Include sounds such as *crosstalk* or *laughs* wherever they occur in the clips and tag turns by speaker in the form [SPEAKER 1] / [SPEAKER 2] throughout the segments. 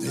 [SPEAKER 1] des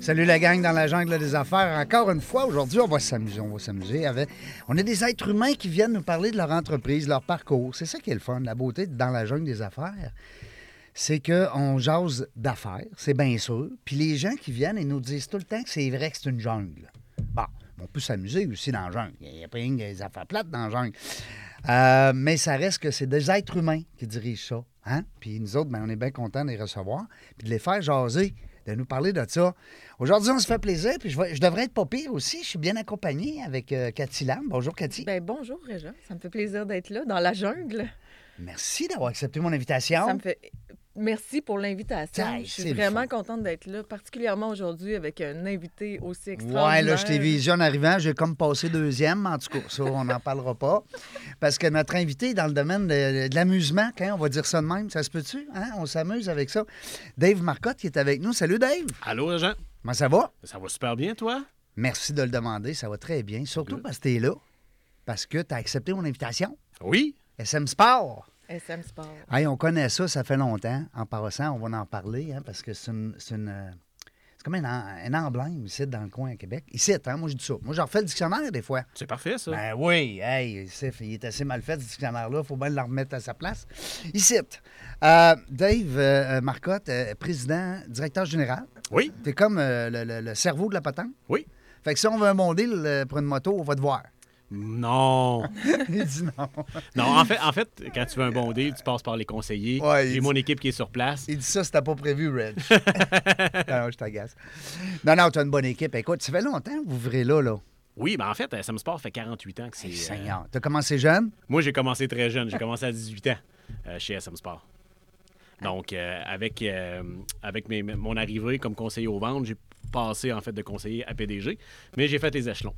[SPEAKER 2] Salut la gang dans la jungle des affaires. Encore une fois, aujourd'hui, on va s'amuser. On va s'amuser avec. On a des êtres humains qui viennent nous parler de leur entreprise, leur parcours. C'est ça qui est le fun, la beauté de dans la jungle des affaires. C'est qu'on jase d'affaires, c'est bien sûr. Puis les gens qui viennent et nous disent tout le temps que c'est vrai que c'est une jungle. Bon, on peut s'amuser aussi dans la jungle. Il n'y a pas rien que des affaires plates dans la jungle. Euh, mais ça reste que c'est des êtres humains qui dirigent ça. Hein? Puis nous autres, ben, on est bien contents de les recevoir puis de les faire jaser de nous parler de ça. Aujourd'hui, on se fait plaisir, puis je, vais- je devrais être pas pire aussi. Je suis bien accompagné avec euh, Cathy Lam. Bonjour, Cathy.
[SPEAKER 3] Ben bonjour Réjean, ça me fait plaisir d'être là dans la jungle.
[SPEAKER 2] Merci d'avoir accepté mon invitation.
[SPEAKER 3] Ça me fait merci pour l'invitation.
[SPEAKER 2] Taille,
[SPEAKER 3] Je
[SPEAKER 2] c'est
[SPEAKER 3] suis
[SPEAKER 2] le
[SPEAKER 3] vraiment
[SPEAKER 2] fun.
[SPEAKER 3] contente d'être là, particulièrement aujourd'hui avec un invité aussi extraordinaire.
[SPEAKER 2] Ouais, là, je t'ai vision en arrivant. J'ai comme passé deuxième, en tout cas. Ça, on n'en parlera pas. Parce que notre invité est dans le domaine de, de l'amusement, quand on va dire ça de même, ça se peut-tu? Hein? On s'amuse avec ça. Dave Marcotte qui est avec nous. Salut, Dave.
[SPEAKER 4] Allô, Jean?
[SPEAKER 2] Comment ça va?
[SPEAKER 4] Ça va super bien, toi?
[SPEAKER 2] Merci de le demander. Ça va très bien. Surtout parce que t'es là. Parce que t'as accepté mon invitation.
[SPEAKER 4] Oui.
[SPEAKER 2] SM Sport.
[SPEAKER 3] SM Sport.
[SPEAKER 2] Hey, on connaît ça, ça fait longtemps. En passant, on va en parler, hein, parce que c'est une. C'est une, euh, c'est comme un, en- un emblème ici dans le coin à Québec. Ici, hein, moi je dis ça. Moi j'en refais le dictionnaire des fois.
[SPEAKER 4] C'est parfait, ça.
[SPEAKER 2] Ben oui, hey, c'est- il est assez mal fait ce dictionnaire-là, faut bien le remettre à sa place. Ici. Euh, Dave euh, Marcotte, euh, président, directeur général.
[SPEAKER 4] oui.
[SPEAKER 2] T'es comme euh, le, le- le cerveau de la patente.
[SPEAKER 4] Oui.
[SPEAKER 2] Fait que si on veut un bon deal euh, pour une moto, on va te
[SPEAKER 3] *laughs*
[SPEAKER 2] voir.
[SPEAKER 4] Non.
[SPEAKER 2] il dit non.
[SPEAKER 4] non, en fait, en fait, quand tu veux un bon deal, tu passes par les conseillers.
[SPEAKER 2] Ouais, il
[SPEAKER 4] J'ai
[SPEAKER 2] dit-
[SPEAKER 4] mon équipe qui est sur place.
[SPEAKER 2] Il dit ça, c'était pas prévu, Reg. *laughs* non, non, je t'agace. Non, non, t'as une bonne équipe. Écoute, ça fait longtemps que vous ouvrez là, là.
[SPEAKER 4] Oui, ben en fait, euh, Sam Sport fait 48 ans que c'est. euh,
[SPEAKER 2] Seigneur, t'as commencé jeune?
[SPEAKER 4] moi, j'ai commencé très jeune. J'ai commencé à 18 ans euh, chez SM Sport. Donc, euh, avec, euh, avec mes- mon arrivée comme conseiller aux ventes, j'ai passé en fait de conseiller à PDG, mais j'ai fait les échelons.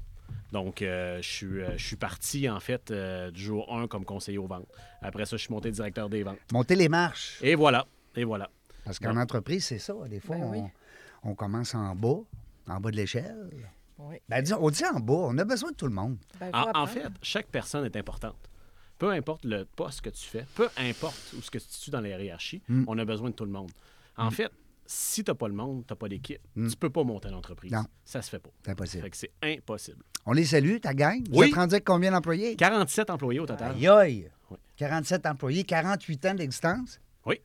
[SPEAKER 4] Donc, euh, je suis euh, je suis parti en fait euh, du jour 1 comme conseiller aux ventes. Après ça, je suis monté directeur des ventes.
[SPEAKER 2] Monter les marches.
[SPEAKER 4] Et voilà, et voilà.
[SPEAKER 2] Parce qu'en entreprise, c'est ça. Des fois,
[SPEAKER 3] Ben
[SPEAKER 2] on,
[SPEAKER 3] oui.
[SPEAKER 2] on commence en bas, en bas de l'échelle.
[SPEAKER 3] Oui.
[SPEAKER 2] Ben, dis- on dit en bas, on a besoin de tout le monde.
[SPEAKER 3] Ben, faut
[SPEAKER 4] Ah, En, en
[SPEAKER 3] apprendre.
[SPEAKER 4] fait, chaque personne est importante. Peu importe le poste que tu fais, peu importe où ce que tu te situes dans la hiérarchie,
[SPEAKER 2] Hmm.
[SPEAKER 4] on a besoin de tout le monde. En fait, si tu n'as pas le monde, tu n'as pas d'équipe, tu peux pas monter l'entreprise.
[SPEAKER 2] Hmm. Non.
[SPEAKER 4] Ça se fait pas.
[SPEAKER 2] C'est impossible.
[SPEAKER 4] Fait que c'est impossible.
[SPEAKER 2] On les salue, ta gang. Vous
[SPEAKER 4] Oui.
[SPEAKER 2] êtes rendu avec combien d'employés?
[SPEAKER 4] 47 employés au total.
[SPEAKER 2] Aïe, aïe.
[SPEAKER 4] Oui.
[SPEAKER 2] 47 employés, 48 ans d'existence.
[SPEAKER 4] Oui.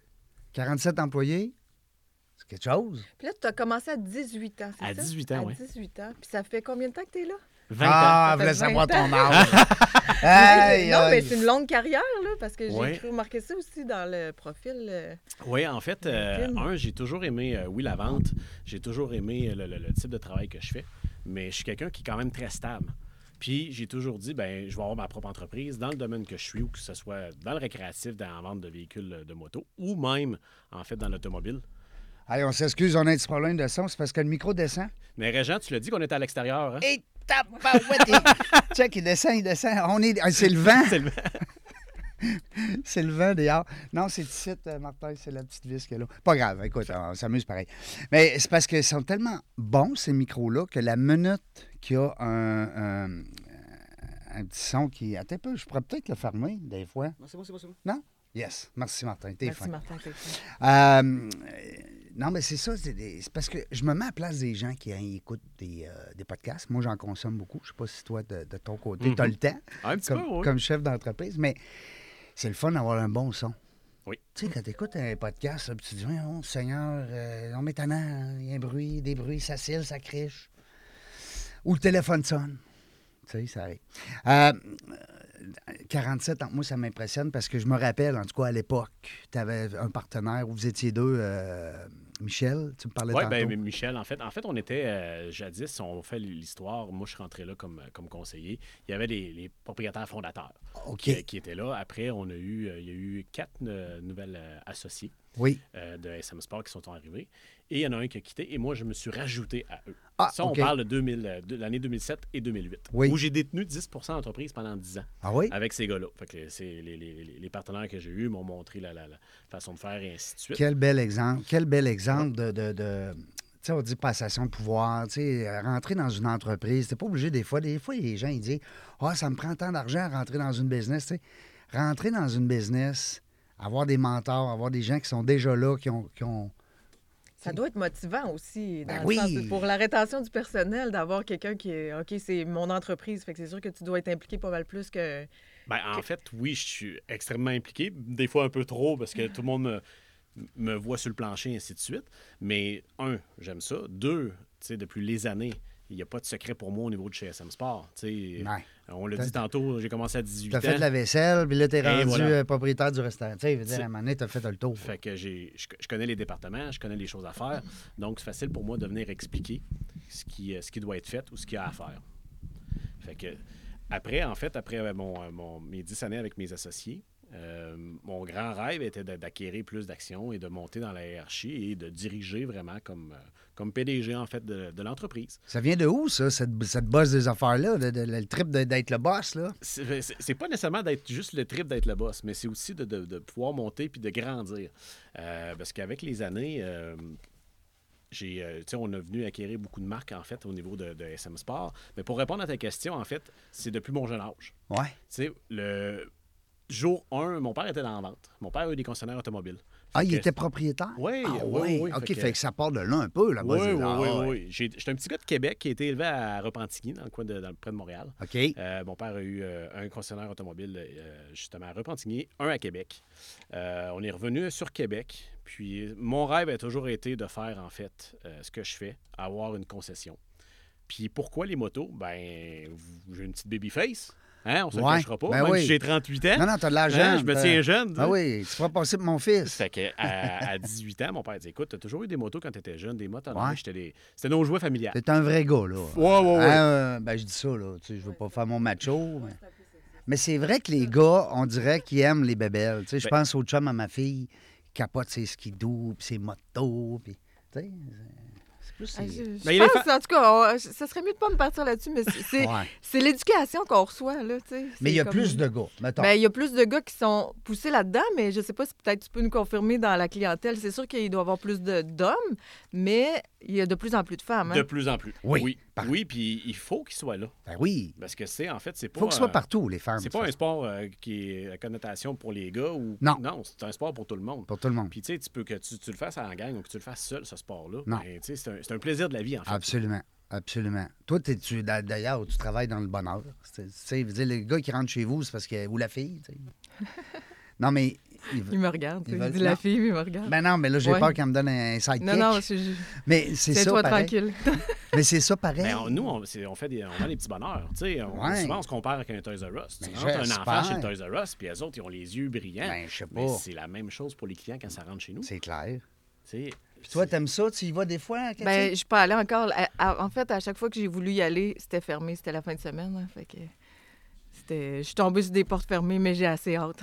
[SPEAKER 2] 47 employés, c'est quelque chose.
[SPEAKER 3] Puis là, tu as commencé à 18 ans, c'est
[SPEAKER 4] À
[SPEAKER 3] ça?
[SPEAKER 4] 18
[SPEAKER 3] à
[SPEAKER 4] ans, oui.
[SPEAKER 3] 18 ans. Puis ça fait combien de temps que tu es là?
[SPEAKER 4] 20 ans.
[SPEAKER 2] ah,
[SPEAKER 3] ans.
[SPEAKER 2] voulait
[SPEAKER 3] Ça fait
[SPEAKER 2] savoir
[SPEAKER 3] 20
[SPEAKER 2] ton âge.
[SPEAKER 3] *laughs*
[SPEAKER 2] Aïe,
[SPEAKER 3] non, mais
[SPEAKER 2] aïe.
[SPEAKER 3] c'est une longue carrière, là, parce que j'ai
[SPEAKER 4] Ouais.
[SPEAKER 3] cru remarquer ça aussi dans le profil. euh,
[SPEAKER 4] Oui, en fait, euh,
[SPEAKER 3] LinkedIn.
[SPEAKER 4] un, j'ai toujours aimé, euh, oui, la vente. J'ai toujours aimé euh, le, le- le type de travail que je fais, mais je suis quelqu'un qui est quand même très stable. Puis j'ai toujours dit, ben, je vais avoir ma propre entreprise dans le domaine que je suis, ou que ce soit dans le récréatif, dans la vente de véhicules euh, de moto, ou même, en fait, dans l'automobile.
[SPEAKER 2] Allez, on s'excuse, on a un petit problème de son, c'est parce que le micro descend.
[SPEAKER 4] Mais Régent, tu l'as dit qu'on était à l'extérieur, hein?
[SPEAKER 2] Et tabarouette! et-
[SPEAKER 4] *laughs*
[SPEAKER 2] Check, il descend, il descend. On est... ah, C'est le vent!
[SPEAKER 4] C'est le-
[SPEAKER 2] *laughs* C'est le vent dehors. Non, c'est ici, euh, Martin, c'est la petite vis que là. Pas grave, écoute, on s'amuse pareil. Mais c'est parce qu'ils sont tellement bons, ces micros-là, que la minute qu'il y a un, un- un petit son qui. Attends un peu, je pourrais peut-être le fermer des fois. Non, c'est bon, c'est bon, c'est bon. Non? Yes. Merci, Martin. T'es
[SPEAKER 3] Merci,
[SPEAKER 2] fin.
[SPEAKER 3] Martin. t'es
[SPEAKER 2] Euh,
[SPEAKER 3] fin.
[SPEAKER 2] euh, non, mais c'est ça. C'est des- c'est parce que je me mets à la place des gens qui hein, écoutent des, euh, des podcasts. Moi, j'en consomme beaucoup. Je sais pas si toi, de, de ton côté, tu as le temps
[SPEAKER 4] Mm-hmm. Un petit
[SPEAKER 2] comme,
[SPEAKER 4] peu, oui.
[SPEAKER 2] comme chef d'entreprise, mais c'est le fun d'avoir un bon son.
[SPEAKER 4] Oui.
[SPEAKER 2] Tu sais, quand tu écoutes un podcast, là, puis tu te dis, oh, Seigneur, euh, on m'étonne, il y a un bruit, des bruits, ça cille, ça criche. Ou le téléphone sonne. Tu sais, ça arrive. Euh, euh, 47 ans, moi, ça m'impressionne parce que je me rappelle, en tout cas, à l'époque, tu avais un partenaire où vous étiez deux euh, Michel, tu me parlais
[SPEAKER 4] Oui,
[SPEAKER 2] tantôt.
[SPEAKER 4] ben, mais Michel, en fait, en fait, on était euh, jadis, si on fait l'histoire, moi je suis rentré là comme, euh, comme conseiller. Il y avait les, les propriétaires fondateurs
[SPEAKER 2] OK.
[SPEAKER 4] qui, qui étaient là. Après, on a eu, euh, il y a eu quatre euh, nouvelles euh, associées
[SPEAKER 2] Oui.
[SPEAKER 4] euh, de SM Sport qui sont arrivés. Et il y en a un qui a quitté et moi je me suis rajouté à eux.
[SPEAKER 2] Ah,
[SPEAKER 4] Ça,
[SPEAKER 2] OK.
[SPEAKER 4] on parle de 2000, euh, de l'année 2007 et 2008,
[SPEAKER 2] Oui.
[SPEAKER 4] où j'ai détenu 10 d'entreprise pendant 10 ans
[SPEAKER 2] Ah oui?
[SPEAKER 4] avec ces gars-là. Fait que c'est les, les- les- les partenaires que j'ai eus m'ont montré la, la- la façon de faire et ainsi de suite.
[SPEAKER 2] Quel bel exemple. Quel bel exemple de. de- de- tu sais, on dit passation de pouvoir, tu sais, euh, rentrer dans une entreprise, t'es pas obligé des fois. Des fois, les gens, ils disent « Ah, ça me prend tant d'argent à rentrer dans une business. » Tu sais, Rentrer dans une business, avoir des mentors, avoir des gens qui sont déjà là, qui ont... Qui ont...
[SPEAKER 3] Ça doit être motivant aussi, dans
[SPEAKER 2] Ben
[SPEAKER 3] le
[SPEAKER 2] oui.
[SPEAKER 3] sens de- pour la rétention du personnel, d'avoir quelqu'un qui est OK, c'est mon entreprise. Fait que c'est sûr que tu dois être impliqué pas mal plus que.
[SPEAKER 4] Ben, en fait, oui, je suis extrêmement impliqué. Des fois, un peu trop, parce que tout le monde me, me voit sur le plancher, ainsi de suite. Mais, un, j'aime ça. Deux, tu sais, depuis les années, il n'y a pas de secret pour moi au niveau de chez SM Sport. Tu sais,
[SPEAKER 2] Ouais.
[SPEAKER 4] On l'a
[SPEAKER 2] T'as-
[SPEAKER 4] dit tantôt, j'ai commencé à 18
[SPEAKER 2] T'as
[SPEAKER 4] ans.
[SPEAKER 2] fait de la vaisselle, puis là, t'es
[SPEAKER 4] Et
[SPEAKER 2] rendu
[SPEAKER 4] voilà.
[SPEAKER 2] euh, propriétaire du restaurant. Tu sais, je veux dire,
[SPEAKER 4] C'est-
[SPEAKER 2] à un moment donné, t'as fait le tour.
[SPEAKER 4] Fait que j'ai, je, je connais les départements, je connais les choses à faire. Donc, c'est facile pour moi de venir expliquer ce qui, euh, ce qui doit être fait ou ce qu'il y a à faire. Fait que, après, en fait, après euh, mon, euh, mon- mes 10 années avec mes associés, euh, mon grand rêve était d'a- d'acquérir plus d'actions et de monter dans la hiérarchie et de diriger vraiment comme, euh, comme PDG, en fait, de, de l'entreprise.
[SPEAKER 2] Ça vient de où, ça, cette, cette bosse des affaires-là, de- de- le trip de- d'être le boss, là?
[SPEAKER 4] C'est c'est- c'est pas nécessairement d'être juste le trip d'être le boss, mais c'est aussi de, de- de pouvoir monter puis de grandir. Euh, parce qu'avec les années, euh, j'ai, euh, tu sais, on a venu acquérir beaucoup de marques, en fait, au niveau de, de SM Sport. Mais pour répondre à ta question, en fait, c'est depuis mon jeune âge.
[SPEAKER 2] Ouais.
[SPEAKER 4] Tu sais, le jour 1, mon père était dans la vente. Mon père a eu des concessionnaires automobiles.
[SPEAKER 2] Ah, il
[SPEAKER 4] que-
[SPEAKER 2] était propriétaire?
[SPEAKER 4] Oui,
[SPEAKER 2] Ah,
[SPEAKER 4] oui,
[SPEAKER 2] ouais.
[SPEAKER 4] oui,
[SPEAKER 2] OK,
[SPEAKER 4] fait
[SPEAKER 2] fait
[SPEAKER 4] que-
[SPEAKER 2] que... ça part de là un peu, la
[SPEAKER 4] Oui,
[SPEAKER 2] bosse
[SPEAKER 4] oui,
[SPEAKER 2] des Ah,
[SPEAKER 4] oui,
[SPEAKER 2] ouais.
[SPEAKER 4] oui. J'ai- J'étais un petit gars de Québec qui a été élevé à Repentigny, dans le coin de, dans- près de Montréal.
[SPEAKER 2] OK.
[SPEAKER 4] Euh, mon père a eu euh, un concessionnaire automobile euh, justement à Repentigny, un à Québec. Euh, on est revenu sur Québec. Puis mon rêve a toujours été de faire en fait euh, ce que je fais, avoir une concession. Puis pourquoi les motos? Ben, vous- j'ai une petite babyface. Hein, on se le
[SPEAKER 2] Ouais,
[SPEAKER 4] cachera pas.
[SPEAKER 2] ben
[SPEAKER 4] même
[SPEAKER 2] oui.
[SPEAKER 4] si j'ai 38 ans.
[SPEAKER 2] Non, non, t'as de l'argent.
[SPEAKER 4] hein, je me
[SPEAKER 2] t'as-
[SPEAKER 4] tiens jeune. tu sais.
[SPEAKER 2] Ah oui, tu feras passer pour mon fils.
[SPEAKER 4] Fait que, à, à 18 ans, mon père dit Écoute, t'as toujours eu des motos quand t'étais jeune, des motos.
[SPEAKER 2] Ouais.
[SPEAKER 4] C'était des... c'était nos jouets familiales.
[SPEAKER 2] T'es un vrai gars, là.
[SPEAKER 4] Ouais, ouais, ouais.
[SPEAKER 2] Hein, euh, ben, je dis ça, là. Tu sais, je veux pas faire mon macho. Mais, mais c'est vrai que les gars, on dirait qu'ils aiment les bébelles. Tu sais, je
[SPEAKER 4] Ben-
[SPEAKER 2] pense au chum à ma fille, qui capote ses skidoo, puis ses motos, puis... Tu sais, c'est- c'est plus...
[SPEAKER 3] Ah,
[SPEAKER 2] ses-
[SPEAKER 3] je je
[SPEAKER 4] Mais il est
[SPEAKER 3] pense, en tout cas, on- ça serait mieux de pas me partir là-dessus, mais c'est- c'est
[SPEAKER 2] Ouais.
[SPEAKER 3] c'est l'éducation qu'on reçoit, là, tu sais.
[SPEAKER 2] Mais il y
[SPEAKER 3] C'est
[SPEAKER 2] a
[SPEAKER 3] comme-
[SPEAKER 2] plus de gars, mettons.
[SPEAKER 3] Ben, il y a plus de gars qui sont poussés là-dedans, mais je sais pas si peut-être tu peux nous confirmer dans la clientèle. C'est sûr qu'il doit y avoir plus de- d'hommes, mais il y a de plus en plus de femmes. hein.
[SPEAKER 4] De plus en plus.
[SPEAKER 2] Ah, Oui.
[SPEAKER 4] Oui,
[SPEAKER 2] Par-
[SPEAKER 4] Oui, puis il faut qu'ils soient là.
[SPEAKER 2] Ben oui,
[SPEAKER 4] Parce que c'est, en fait, c'est pas.
[SPEAKER 2] il faut que ce soit
[SPEAKER 4] euh,
[SPEAKER 2] partout, les femmes.
[SPEAKER 4] C'est
[SPEAKER 2] de
[SPEAKER 4] pas
[SPEAKER 2] toute
[SPEAKER 4] un
[SPEAKER 2] façon,
[SPEAKER 4] sport euh, qui est à connotation pour les gars ou.
[SPEAKER 2] Non.
[SPEAKER 4] c'est un sport pour tout le monde.
[SPEAKER 2] Pour tout le monde.
[SPEAKER 4] Puis tu sais, tu peux que tu, tu le fasses en gang ou que tu le fasses seul, ce sport-là.
[SPEAKER 2] Non.
[SPEAKER 4] Ben, tu sais, c'est un, c'est un plaisir de la vie, en fait.
[SPEAKER 2] Absolument. Absolument. Toi, t'es- tu d'a- d'ailleurs, tu travailles dans le bonheur. C'est- Tu sais, je veux dire, les gars qui rentrent chez vous, c'est parce que. Ou la fille, tu sais. Non, mais. ils
[SPEAKER 3] Il
[SPEAKER 2] veulent-
[SPEAKER 3] me regarde. tu sais.
[SPEAKER 2] Ils
[SPEAKER 3] Il
[SPEAKER 2] veulent-
[SPEAKER 3] dit la
[SPEAKER 2] non.
[SPEAKER 3] fille, mais il me regarde.
[SPEAKER 2] Ben non, mais là, j'ai
[SPEAKER 3] Ouais.
[SPEAKER 2] peur qu'elle me donne un sidekick.
[SPEAKER 3] non, non, je- je-
[SPEAKER 2] mais c'est ça.
[SPEAKER 3] tiens-toi
[SPEAKER 2] pareil.
[SPEAKER 3] tranquille.
[SPEAKER 2] Mais c'est ça pareil.
[SPEAKER 4] Ben, on- nous, on, c'est- on fait des, on vend des petits bonheurs. tu sais. On-
[SPEAKER 2] Ah, Ouais.
[SPEAKER 4] Souvent, on se compare avec un Toys R Us. Tu
[SPEAKER 2] Ben,
[SPEAKER 4] rentres un enfant chez
[SPEAKER 2] j'espère.
[SPEAKER 4] le Toys R Us, puis les autres, ils ont les yeux brillants.
[SPEAKER 2] Ben, je sais
[SPEAKER 4] Mais
[SPEAKER 2] pas.
[SPEAKER 4] c'est la même chose pour les clients quand ça rentre chez nous.
[SPEAKER 2] C'est clair.
[SPEAKER 4] Tu sais,
[SPEAKER 2] Puis toi,
[SPEAKER 4] c'est-
[SPEAKER 2] t'aimes ça? Tu y vas des fois? Cathy?
[SPEAKER 3] Ben, je suis pas allée encore. À- à- en fait, à chaque fois que j'ai voulu y aller, c'était fermé. C'était la fin de semaine. hein, fait que c'était, je suis tombée sur des portes fermées, mais j'ai assez hâte.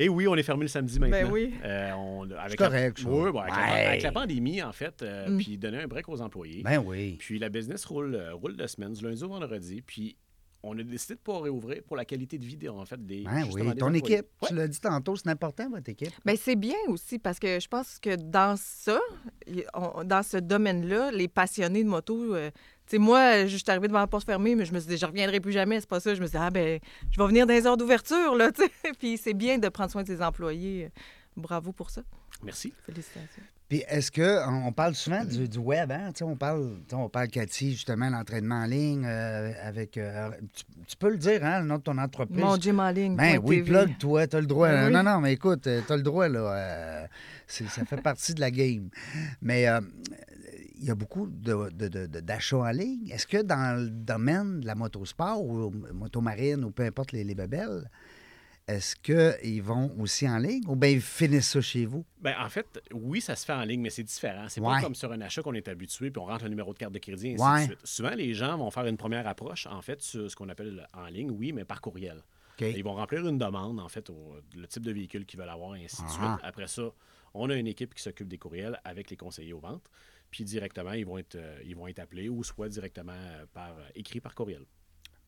[SPEAKER 4] Et oui, on est fermé le samedi maintenant.
[SPEAKER 3] Ben oui.
[SPEAKER 4] Euh, on- avec
[SPEAKER 2] C'est correct,
[SPEAKER 4] La...
[SPEAKER 2] ça.
[SPEAKER 4] Oui, bon, avec, la,
[SPEAKER 2] Ouais.
[SPEAKER 4] avec la pandémie, en fait, euh,
[SPEAKER 3] Mm.
[SPEAKER 4] puis donner un break aux employés.
[SPEAKER 2] Ben oui.
[SPEAKER 4] Puis la business roule, euh, roule de semaine, du lundi au vendredi. Puis on a décidé de pas réouvrir pour la qualité de vie, des- en fait, des.
[SPEAKER 2] Ben oui.
[SPEAKER 4] justement, des
[SPEAKER 2] Ton
[SPEAKER 4] employés.
[SPEAKER 2] équipe,
[SPEAKER 4] Ouais.
[SPEAKER 2] tu l'as dit tantôt, c'est important, votre équipe.
[SPEAKER 3] Mais Ben, c'est bien aussi parce que je pense que dans ça, y- on- dans ce domaine-là, les passionnés de moto, euh, tu sais, moi, je suis arrivée devant la porte fermée, mais je me suis dit, je reviendrai plus jamais, c'est pas ça. Je me suis dit, ah ben, je vais venir dans les heures d'ouverture, là, *laughs* tu sais. Puis c'est bien de prendre soin de ses employés. euh, Bravo pour ça.
[SPEAKER 4] Merci.
[SPEAKER 3] Félicitations.
[SPEAKER 2] Puis est-ce que hein, on on parle souvent du, du web, hein? Tu sais, on parle, tu sais, on parle Cathy, justement, l'entraînement en ligne euh, avec. euh, tu, tu peux le dire, hein, le nom de ton entreprise.
[SPEAKER 3] Mon gym en ligne.
[SPEAKER 2] Ben
[SPEAKER 3] point
[SPEAKER 2] oui,
[SPEAKER 3] TV.
[SPEAKER 2] plug toi, t'as le droit.
[SPEAKER 3] Ben oui.
[SPEAKER 2] Non, non, mais écoute, euh, t'as le droit, là. euh, c'est- ça fait partie de la game. Mais euh, il y a beaucoup de- de- de- de- d'achats en ligne. Est-ce que dans le domaine de la motosport ou motomarine ou peu importe les, les bebelles, est-ce qu'ils vont aussi en ligne ou bien ils finissent ça chez vous?
[SPEAKER 4] Ben, en fait, oui, ça se fait en ligne, mais c'est différent. C'est
[SPEAKER 2] Ouais.
[SPEAKER 4] pas comme sur un achat qu'on est habitué, puis on rentre un numéro de carte de crédit, et ainsi
[SPEAKER 2] Ouais.
[SPEAKER 4] de suite. Souvent, les gens vont faire une première approche, en fait, sur ce qu'on appelle en ligne, oui, mais par courriel.
[SPEAKER 2] OK.
[SPEAKER 4] Ils vont remplir une demande, en fait, au, le type de véhicule qu'ils veulent avoir, et ainsi de
[SPEAKER 2] Ah.
[SPEAKER 4] suite. Après ça, on a une équipe qui s'occupe des courriels avec les conseillers aux ventes, puis directement, ils vont être, euh, ils vont être appelés ou soit directement euh, par, euh, écrit par courriel.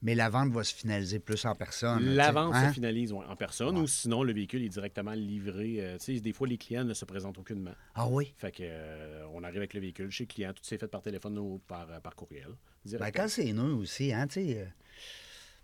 [SPEAKER 4] Mais
[SPEAKER 2] la vente va se finaliser plus en personne. là,
[SPEAKER 4] La
[SPEAKER 2] tu sais,
[SPEAKER 4] vente
[SPEAKER 2] hein?
[SPEAKER 4] se finalise ouais, en personne ou sinon le véhicule est directement livré. euh, tu sais, des fois, les clients ne se présentent aucunement.
[SPEAKER 2] Ah oui?
[SPEAKER 4] Fait que euh, on arrive avec le véhicule chez le client, tout s'est fait par téléphone ou par, euh, par courriel.
[SPEAKER 2] Ben,
[SPEAKER 4] directement.
[SPEAKER 2] quand c'est nous aussi, hein, tu sais. euh,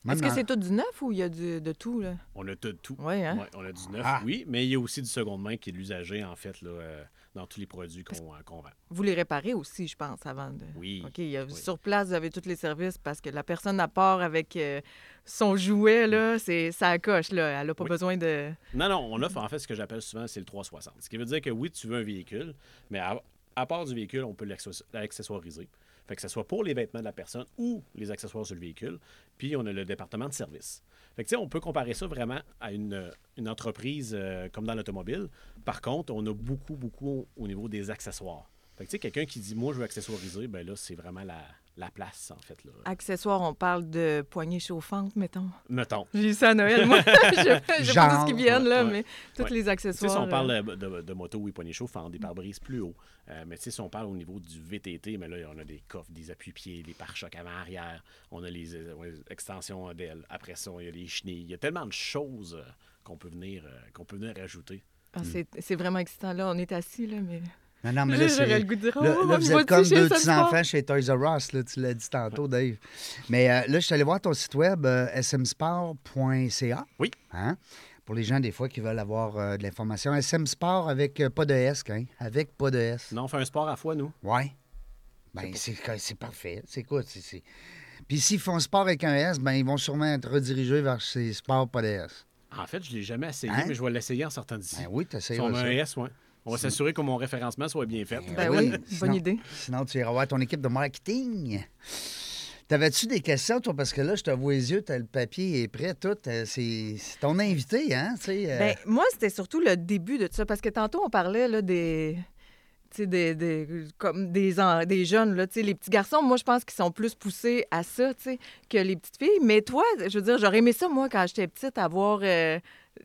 [SPEAKER 2] même
[SPEAKER 3] Est-ce que
[SPEAKER 2] dans-
[SPEAKER 3] c'est tout du neuf ou il y a du- de tout, là?
[SPEAKER 4] On a de tout.
[SPEAKER 3] Ouais, hein?
[SPEAKER 4] Ouais, on a du neuf,
[SPEAKER 2] Ah.
[SPEAKER 4] oui, mais il y a aussi du seconde main qui est l'usager, en fait, là, euh, dans tous les produits qu'on euh, qu'on vend.
[SPEAKER 3] Vous les réparez aussi, je pense, avant de.
[SPEAKER 4] Oui,
[SPEAKER 3] OK, il y a-
[SPEAKER 4] oui.
[SPEAKER 3] sur place, vous avez tous les services parce que la personne à part avec euh, son jouet, là, c'est ça coche, là. Elle n'a pas
[SPEAKER 4] Oui.
[SPEAKER 3] besoin de.
[SPEAKER 4] Non, non, on offre en fait ce que j'appelle souvent, c'est le 360. Ce qui veut dire que oui, tu veux un véhicule, mais à, à part du véhicule, on peut l'accesso- l'accessoiriser. Fait que ce soit pour les vêtements de la personne ou les accessoires sur le véhicule. Puis on a le département de service. Fait que tu sais, on peut comparer ça vraiment à une, une entreprise euh, comme dans l'automobile. Par contre, on a beaucoup, beaucoup au niveau des accessoires. Fait que tu sais, quelqu'un qui dit moi je veux accessoiriser, ben là, c'est vraiment la, la place, en fait. Là.
[SPEAKER 3] Ah. Accessoires, on parle de poignées chauffantes, mettons. *laughs*
[SPEAKER 4] Mettons.
[SPEAKER 3] J'ai eu ça à Noël, moi. *laughs* je je pas
[SPEAKER 2] Genre,
[SPEAKER 3] tout ce qui vient, là,
[SPEAKER 4] ouais,
[SPEAKER 3] mais
[SPEAKER 4] ouais.
[SPEAKER 3] tous
[SPEAKER 4] Ouais.
[SPEAKER 3] les
[SPEAKER 4] Tu sais,
[SPEAKER 3] accessoires.
[SPEAKER 4] si on
[SPEAKER 3] là.
[SPEAKER 4] parle de, de- de moto, oui, poignée chauffante, des pare-brises plus haut. Euh, mais tu sais, si on parle au niveau du VTT, mais là, on a des coffres, des appuis-pieds, des pare-chocs avant-arrière, on a les euh, ouais, extensions d'ailes. Après ça, il y a les chenilles. Il y a tellement de choses euh, qu'on peut, venir, euh, qu'on peut venir rajouter.
[SPEAKER 3] Ah, c'est- c'est vraiment excitant, là. On est assis, là, mais.
[SPEAKER 2] Non,
[SPEAKER 3] *laughs*
[SPEAKER 2] non, mais
[SPEAKER 3] Là,
[SPEAKER 2] là,
[SPEAKER 3] j'aurais
[SPEAKER 2] c'est-
[SPEAKER 3] le goût de dire,
[SPEAKER 2] là-
[SPEAKER 3] Oh,
[SPEAKER 2] là, vous
[SPEAKER 3] vas-tu
[SPEAKER 2] êtes comme
[SPEAKER 3] chez
[SPEAKER 2] deux
[SPEAKER 3] Sun
[SPEAKER 2] petits-enfants
[SPEAKER 3] Sport?
[SPEAKER 2] chez Toys R Us, là, tu l'as dit tantôt, Dave. Mais euh, là, je suis allé voir ton site web, euh, smsport.ca.
[SPEAKER 4] Oui.
[SPEAKER 2] Hein? Pour les gens, des fois, qui veulent avoir euh, de l'information. smsport avec euh, pas de S, hein? Avec pas de S.
[SPEAKER 4] Non, on fait un sport à fois, nous.
[SPEAKER 2] Ouais. Ben, c'est c'est parfait. C'est quoi? c'est- c'est- Puis s'ils font sport avec un S, ben, ils vont sûrement être redirigés vers ces sports pas de S.
[SPEAKER 4] En fait, je ne l'ai jamais essayé,
[SPEAKER 2] Hein?
[SPEAKER 4] mais je vais l'essayer en sortant d'ici.
[SPEAKER 2] Ben oui,
[SPEAKER 4] Si
[SPEAKER 2] t'essayeras
[SPEAKER 4] on a
[SPEAKER 2] ça.
[SPEAKER 4] un S, ouais. On va s'assurer que mon référencement soit bien fait.
[SPEAKER 3] Ben oui, bonne idée.
[SPEAKER 2] Sinon, tu iras voir ton équipe de marketing. T'avais-tu des questions, toi? Parce que là, je te vois les yeux, t'as le papier est prêt, tout. Euh, C'est c'est ton invité, hein? tu sais, euh,
[SPEAKER 3] Ben, moi, c'était surtout le début de tout ça, parce que tantôt, on parlait là, des. tu sais, Des, des, comme des, en- des jeunes, là, tu sais, les petits garçons, moi, je pense qu'ils sont plus poussés à ça tu sais, que les petites filles. Mais toi, je veux dire, j'aurais aimé ça, moi, quand j'étais petite, avoir euh,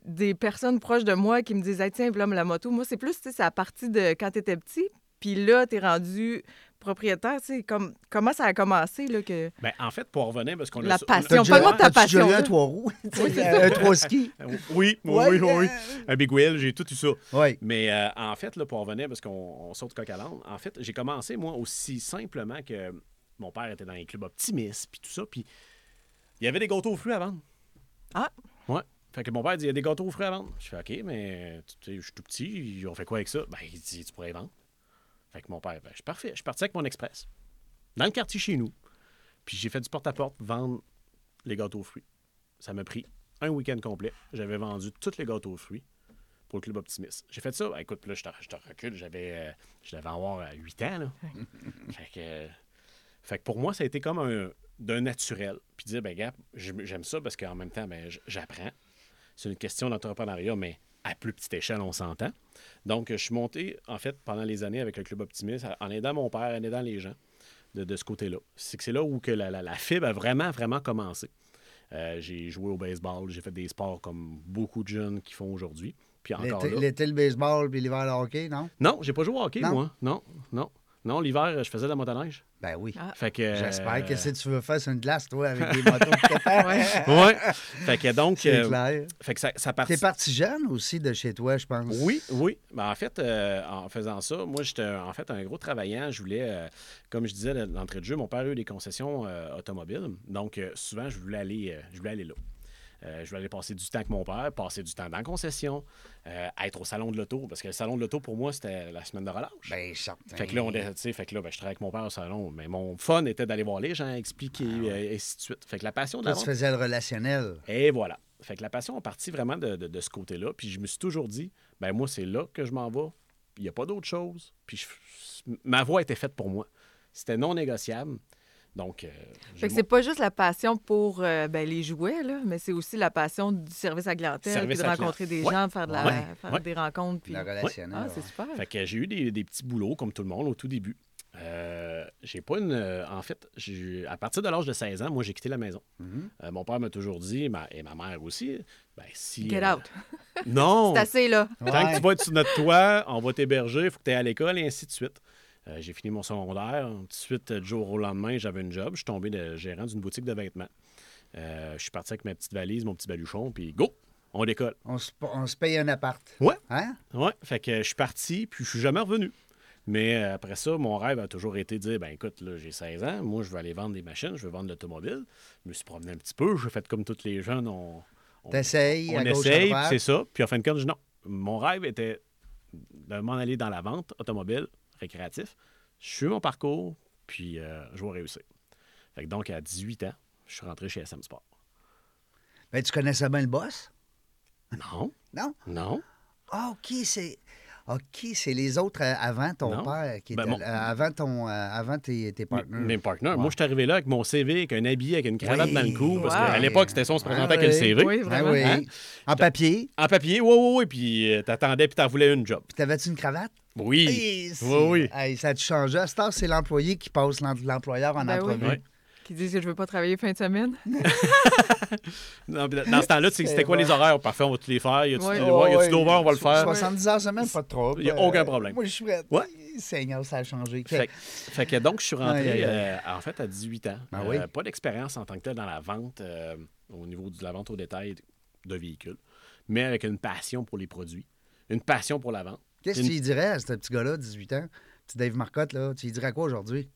[SPEAKER 3] des personnes proches de moi qui me disaient, Hey, tiens, voilà la moto. Moi, c'est plus, tu sais, c'est à partir de quand tu étais petit, puis là, tu es rendu propriétaire. tu sais, Comme, comment ça a commencé? Là, que...
[SPEAKER 4] Ben, en fait, pour revenir, parce qu'on a...
[SPEAKER 3] La
[SPEAKER 4] on a-
[SPEAKER 3] passion.
[SPEAKER 2] t'as
[SPEAKER 3] on parle-moi de ta
[SPEAKER 2] t'as-tu déjà eu
[SPEAKER 3] passion,
[SPEAKER 2] un
[SPEAKER 3] là.
[SPEAKER 2] trois roues? *laughs* un trois ski?
[SPEAKER 4] Euh, Oui, oui,
[SPEAKER 2] Ouais,
[SPEAKER 4] oui, oui.
[SPEAKER 2] euh.
[SPEAKER 4] Un Big Wheel, j'ai tout eu ça.
[SPEAKER 2] Oui.
[SPEAKER 4] Mais euh, en fait, là, pour revenir, parce qu'on on saute coq à l'âne, en fait, j'ai commencé, moi, aussi simplement que mon père était dans les clubs optimistes, puis tout ça, puis il y avait des gâteaux aux fruits à vendre.
[SPEAKER 3] Ah.
[SPEAKER 4] Ouais. Fait que mon père dit, il y a des gâteaux aux fruits à vendre. Je fais, OK, mais tu sais, je suis tout petit, on fait quoi avec ça? Ben, il dit, tu pourrais les vendre. Fait que mon père, ben, je suis parfait. Je suis parti avec mon express, dans le quartier chez nous. Puis j'ai fait du porte-à-porte, vendre les gâteaux aux fruits. Ça m'a pris un week-end complet. J'avais vendu tous les gâteaux aux fruits pour le club optimiste. J'ai fait ça. Ben, écoute, là, je te, je te recule. J'avais, euh, je devais avoir euh, 8 ans. Là. fait, que, euh, fait que pour moi, ça a été comme un, d'un naturel. Puis dire, ben, gars, j'aime j'aime ça parce qu'en même temps, ben, j- j'apprends. C'est une question d'entrepreneuriat, mais à plus petite échelle, on s'entend. Donc, je suis monté, en fait, pendant les années avec le club optimiste, en aidant mon père, en aidant les gens de, de ce côté-là. C'est que c'est là où que la, la- la fibre a vraiment, vraiment commencé. Euh, j'ai joué au baseball, j'ai fait des sports comme beaucoup de jeunes qui font aujourd'hui. Puis encore
[SPEAKER 2] L'été-
[SPEAKER 4] là-
[SPEAKER 2] L'été, le baseball, puis l'hiver, le hockey, non?
[SPEAKER 4] non, j'ai pas joué au hockey,
[SPEAKER 2] Non?
[SPEAKER 4] moi. Non, non. Non, l'hiver, je faisais de la motoneige.
[SPEAKER 2] Ben oui.
[SPEAKER 3] Ah.
[SPEAKER 4] Fait que.
[SPEAKER 2] J'espère que
[SPEAKER 4] euh,
[SPEAKER 2] si tu veux faire sur une glace, toi, avec des motos de
[SPEAKER 3] *laughs*
[SPEAKER 2] pépère,
[SPEAKER 4] Ouais. Fait *laughs* que donc.
[SPEAKER 2] c'est
[SPEAKER 4] euh,
[SPEAKER 2] clair.
[SPEAKER 4] Fait que ça, ça
[SPEAKER 2] T'es
[SPEAKER 4] partit.
[SPEAKER 2] parti jeune aussi de chez toi, je pense.
[SPEAKER 4] Oui, oui. Ben, en fait, euh, en faisant ça, moi, j'étais euh, en fait un gros travaillant. Je voulais, euh, comme je disais à l'entrée de jeu, mon père a eu des concessions euh, automobiles. Donc, euh, souvent, je voulais aller, euh, je voulais aller là. Euh, je voulais aller passer du temps avec mon père, passer du temps dans la concession, euh, être au salon de l'auto. Parce que le salon de l'auto, pour moi, c'était la semaine de relâche.
[SPEAKER 2] Ben, certain.
[SPEAKER 4] Fait que là, on,
[SPEAKER 3] Ah
[SPEAKER 4] est- tu sais, fait que là, ben, je travaillais avec mon père au salon, mais mon fun était d'aller voir les gens, expliquer,
[SPEAKER 2] Ah
[SPEAKER 4] euh, et ainsi de suite. Fait que la passion de la
[SPEAKER 2] Toi, tu
[SPEAKER 4] vente-
[SPEAKER 2] faisais le relationnel.
[SPEAKER 4] Et voilà. Fait que la passion est partie vraiment de, de- de ce côté-là. Puis je me suis toujours dit, ben moi, c'est là que je m'en vais. Il n'y a pas d'autre chose. Puis je- ma voix était faite pour moi. C'était non négociable. Donc, euh, j'ai
[SPEAKER 3] Fait que c'est pas juste la passion pour euh, ben, les jouets, là, mais c'est aussi la passion du service à clientèle, puis
[SPEAKER 4] Service
[SPEAKER 3] de
[SPEAKER 4] à clientèle.
[SPEAKER 3] rencontrer des
[SPEAKER 4] Ouais.
[SPEAKER 3] gens, faire, de la,
[SPEAKER 4] Ouais.
[SPEAKER 3] faire
[SPEAKER 4] Ouais.
[SPEAKER 3] des rencontres. Puis...
[SPEAKER 2] La relationnelle.
[SPEAKER 3] Ah, c'est
[SPEAKER 2] ouais.
[SPEAKER 3] super.
[SPEAKER 4] Fait que j'ai eu des, des petits boulots, comme tout le monde, au tout début. Euh, j'ai pas une. euh, en fait, j'ai eu- à partir de l'âge de 16 ans, moi, j'ai quitté la maison.
[SPEAKER 2] Mhm.
[SPEAKER 4] Euh, mon père m'a toujours dit, ma- et ma mère aussi, ben si.
[SPEAKER 3] Get
[SPEAKER 4] euh,
[SPEAKER 3] out. *laughs*
[SPEAKER 4] Non!
[SPEAKER 3] C'est assez, là.
[SPEAKER 4] Tant que
[SPEAKER 2] Ouais.
[SPEAKER 4] tu vas être sur notre toit, on va t'héberger, il faut que tu ailles à l'école, et ainsi de suite. Euh, j'ai fini mon secondaire. Tout de suite, euh, du jour au lendemain, j'avais une job. Je suis tombé de gérant d'une boutique de vêtements. Euh, je suis parti avec ma petite valise, mon petit baluchon, puis go! On décolle.
[SPEAKER 2] On se, on se paye un appart.
[SPEAKER 4] Ouais.
[SPEAKER 2] Hein?
[SPEAKER 4] Ouais, fait que je suis parti, puis je suis jamais revenu. Mais euh, après ça, mon rêve a toujours été de dire ben écoute, là, j'ai 16 ans, moi, je vais aller vendre des machines, je vais vendre l'automobile. Je me suis promené un petit peu, j'ai fait comme tous les jeunes, on, on,
[SPEAKER 2] T'essayes
[SPEAKER 4] on
[SPEAKER 2] à gauche, à
[SPEAKER 4] essaye, puis
[SPEAKER 2] droite.
[SPEAKER 4] c'est ça. Puis en fin de compte, je dis non. Mon rêve était de m'en aller dans la vente automobile, récréatif. Je suis mon parcours, puis euh, je vais réussir. Fait que donc, à 18 ans, je suis rentré chez SM Sport.
[SPEAKER 2] Ben, tu connaissais bien le boss?
[SPEAKER 4] Non,
[SPEAKER 2] Non?
[SPEAKER 4] non.
[SPEAKER 2] Ah, OK, c'est... OK, c'est les autres euh, avant ton
[SPEAKER 4] Non.
[SPEAKER 2] père qui
[SPEAKER 4] Ben,
[SPEAKER 2] étaient-
[SPEAKER 4] mon-
[SPEAKER 2] euh, avant ton euh, avant tes, tes
[SPEAKER 4] Mes-
[SPEAKER 2] partners.
[SPEAKER 4] Mes partenaires.
[SPEAKER 2] Ouais.
[SPEAKER 4] Moi, je suis arrivé là avec mon CV, avec un habit, avec une cravate
[SPEAKER 2] Oui.
[SPEAKER 4] dans le cou. Parce
[SPEAKER 3] Ouais.
[SPEAKER 4] qu'à l'époque, c'était ça, on se
[SPEAKER 2] Ouais,
[SPEAKER 4] présentait avec le
[SPEAKER 2] ouais.
[SPEAKER 4] CV.
[SPEAKER 3] Oui,
[SPEAKER 2] Ben
[SPEAKER 3] vraiment.
[SPEAKER 2] oui.
[SPEAKER 4] Hein?
[SPEAKER 2] En papier,
[SPEAKER 4] En papier, oui, oui, oui. Puis euh, t'attendais, puis t'en voulais une job.
[SPEAKER 2] puis t'avais-tu une cravate?
[SPEAKER 4] Oui.
[SPEAKER 2] Eh, si.
[SPEAKER 4] Oui, oui.
[SPEAKER 2] Hey, ça a changé. À cette heure, c'est l'employé qui passe l'en- l'employeur en
[SPEAKER 3] Ben oui.
[SPEAKER 2] entrevue.
[SPEAKER 4] Ouais.
[SPEAKER 3] Qui disent que je veux pas travailler fin de semaine.
[SPEAKER 4] Mm. Non, puis dans ce temps-là, tu sais, c'était quoi
[SPEAKER 2] bon.
[SPEAKER 4] les horaires? Parfait, on va tous les faire. Y a-tu
[SPEAKER 3] Ouais.
[SPEAKER 4] des- ouais, y a-tu d'over, on va le faire.
[SPEAKER 2] 70 heures semaine, pas de trouble.
[SPEAKER 4] Il y a
[SPEAKER 2] Euh,
[SPEAKER 4] aucun problème.
[SPEAKER 2] Moi, je suis prêt.
[SPEAKER 4] Ouais.
[SPEAKER 2] Seigneur, ça a changé.
[SPEAKER 4] Fait, fait que donc, je suis rentré,
[SPEAKER 2] Aïe, aïe, aïe.
[SPEAKER 4] euh, en fait, à 18 ans.
[SPEAKER 2] Ah
[SPEAKER 4] Euh,
[SPEAKER 2] oui?
[SPEAKER 4] Pas d'expérience en tant que telle dans la vente, euh, au niveau de la vente au détail de véhicules, mais avec une passion pour les produits, une passion pour la vente.
[SPEAKER 2] Qu'est-ce que
[SPEAKER 4] une-
[SPEAKER 2] tu lui dirais à ce petit gars-là, 18 ans? Petit Dave Marcotte, là, tu lui dirais quoi aujourd'hui?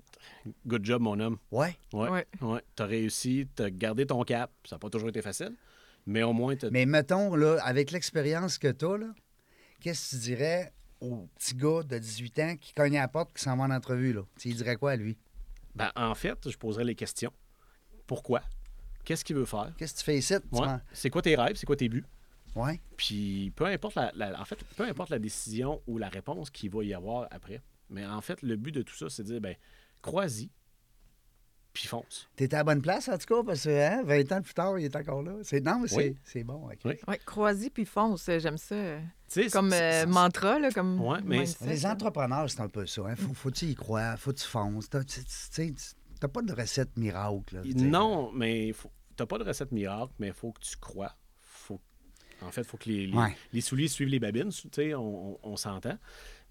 [SPEAKER 4] Good job, mon homme.
[SPEAKER 2] Ouais.
[SPEAKER 4] Ouais.
[SPEAKER 3] Ouais.
[SPEAKER 4] ouais. T'as réussi, t'as gardé ton cap. Ça n'a pas toujours été facile, mais au moins, t'as-
[SPEAKER 2] Mais mettons, là, avec l'expérience que t'as, là, qu'est-ce que tu dirais au petit gars de 18 ans qui cogne à la porte, qui s'en va en entrevue, là? Tu lui dirais quoi à lui?
[SPEAKER 4] ben, en fait, je poserais les questions. Pourquoi? Qu'est-ce qu'il veut faire?
[SPEAKER 2] Qu'est-ce que tu fais ici? Tu
[SPEAKER 4] Ouais.
[SPEAKER 2] m'en-
[SPEAKER 4] C'est quoi tes rêves? C'est quoi tes buts?
[SPEAKER 2] Ouais.
[SPEAKER 4] Puis peu importe la, la- en fait, peu importe la décision ou la réponse qu'il va y avoir après. Mais en fait, le but de tout ça, c'est de dire ben crois-y, puis fonce.
[SPEAKER 2] T'étais à la bonne place, en tout cas, parce que hein, 20 ans plus tard, il est encore là. C'est... Non, mais c'est,
[SPEAKER 4] Oui.
[SPEAKER 2] c'est bon. OK.
[SPEAKER 4] Oui.
[SPEAKER 3] Ouais, croisy puis fonce, j'aime ça.
[SPEAKER 4] Tu sais,
[SPEAKER 3] Comme
[SPEAKER 4] c'est-
[SPEAKER 3] euh,
[SPEAKER 4] c'est-
[SPEAKER 3] mantra, là, comme
[SPEAKER 4] Ouais, mais-
[SPEAKER 3] mindset,
[SPEAKER 2] Les
[SPEAKER 3] là.
[SPEAKER 2] entrepreneurs, c'est un peu ça. Hein. Faut, faut tu y croire, faut que tu fonces. T'as, tu- tu- tu sais, tu- t'as pas de recette miracle. là, tu sais.
[SPEAKER 4] non, mais faut- t'as pas de recette miracle, mais faut que tu crois. Faut, en fait, faut que les, les,
[SPEAKER 2] Ouais.
[SPEAKER 4] les souliers suivent les babines. Tu sais, on, on- on s'entend.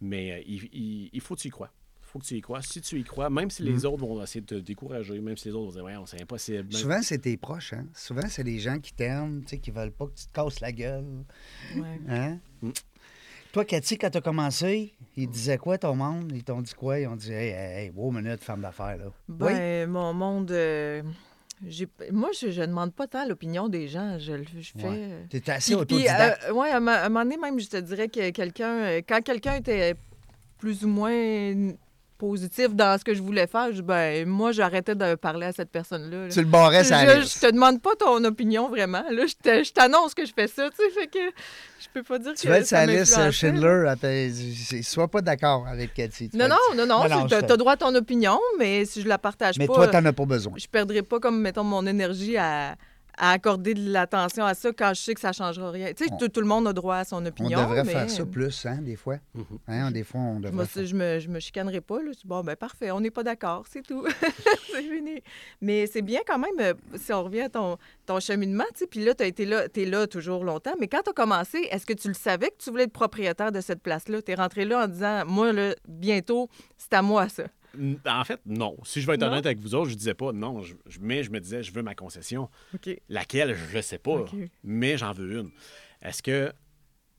[SPEAKER 4] Mais euh, il, il- il faut que tu y crois. Faut que tu y crois. Si tu y crois, même si les autres vont essayer de te décourager, même si les autres vont dire ouais, c'est impossible. même-
[SPEAKER 2] Souvent, c'est tes proches. Hein. Souvent, c'est les gens qui t'aiment, tu sais, qui veulent pas que tu te casses la gueule.
[SPEAKER 3] Ouais.
[SPEAKER 2] Hein?
[SPEAKER 4] Mm.
[SPEAKER 2] Toi, Cathy, quand t'as commencé, ils te disaient quoi, ton monde? Ils t'ont dit quoi? Ils ont dit, hey, hey, hey, wow, minute, femme d'affaires, là.
[SPEAKER 3] Ben, mon monde. euh, j'ai- Moi, je ne demande pas tant l'opinion des gens. Je, le- je fais.
[SPEAKER 2] Ouais.
[SPEAKER 3] euh,
[SPEAKER 2] T'étais assez
[SPEAKER 3] Puis- puis,
[SPEAKER 2] autodidacte.
[SPEAKER 3] euh, ouais, à, ma- à un moment donné, même, je te dirais que quelqu'un, euh, quand quelqu'un était plus ou moins positif dans ce que je voulais faire, je- ben, moi, j'arrêtais de parler à cette personne-là. là.
[SPEAKER 2] tu le barrais, ça
[SPEAKER 3] euh, Je, je te demande pas ton opinion vraiment. Là, je te- je t'annonce que je fais ça, tu sais, fait que je peux pas dire
[SPEAKER 2] Tu
[SPEAKER 3] que
[SPEAKER 2] vas être sa
[SPEAKER 3] ça
[SPEAKER 2] liste euh,
[SPEAKER 3] m'influençait.
[SPEAKER 2] Schindler. appelle- c'est- Sois pas d'accord avec Cathy. Tu
[SPEAKER 3] Non,
[SPEAKER 2] vas-
[SPEAKER 3] non, non, non,
[SPEAKER 2] Non, Bah non,
[SPEAKER 3] c'est- t'as
[SPEAKER 2] je te-
[SPEAKER 3] t'as droit à ton opinion, mais si je la partage
[SPEAKER 2] Mais
[SPEAKER 3] pas,
[SPEAKER 2] toi, t'en as pas besoin.
[SPEAKER 3] je perdrai pas comme mettons mon énergie à, à accorder de l'attention à ça quand je sais que ça changera rien. Tu sais,
[SPEAKER 2] On-
[SPEAKER 3] tout, tout le monde a droit à son
[SPEAKER 2] On
[SPEAKER 3] opinion.
[SPEAKER 2] devrait
[SPEAKER 3] mais-
[SPEAKER 2] faire ça plus, hein, des fois.
[SPEAKER 4] Mhm.
[SPEAKER 2] Hein, des fois, on
[SPEAKER 3] Je
[SPEAKER 2] devrait.
[SPEAKER 3] me,
[SPEAKER 2] faire-
[SPEAKER 3] je, me, je me chicanerai pas. Là. Je dis, Bon, ben parfait, on n'est pas d'accord, c'est tout. *laughs* c'est fini. Mais c'est bien quand même, euh, si on revient à ton, ton cheminement, tu sais, puis là, tu as été là, t'es là toujours longtemps. Mais quand tu as commencé, est-ce que tu le savais que tu voulais être propriétaire de cette place-là? Tu es rentré là en disant, moi, là, bientôt, c'est à moi, ça.
[SPEAKER 4] N- ben, En fait, non. Si je vais être
[SPEAKER 3] Non?
[SPEAKER 4] honnête avec vous autres, je disais pas non, je- je- mais je me disais, je veux ma concession.
[SPEAKER 3] OK.
[SPEAKER 4] Laquelle, je ne sais pas,
[SPEAKER 3] OK.
[SPEAKER 4] mais j'en veux une. Est-ce que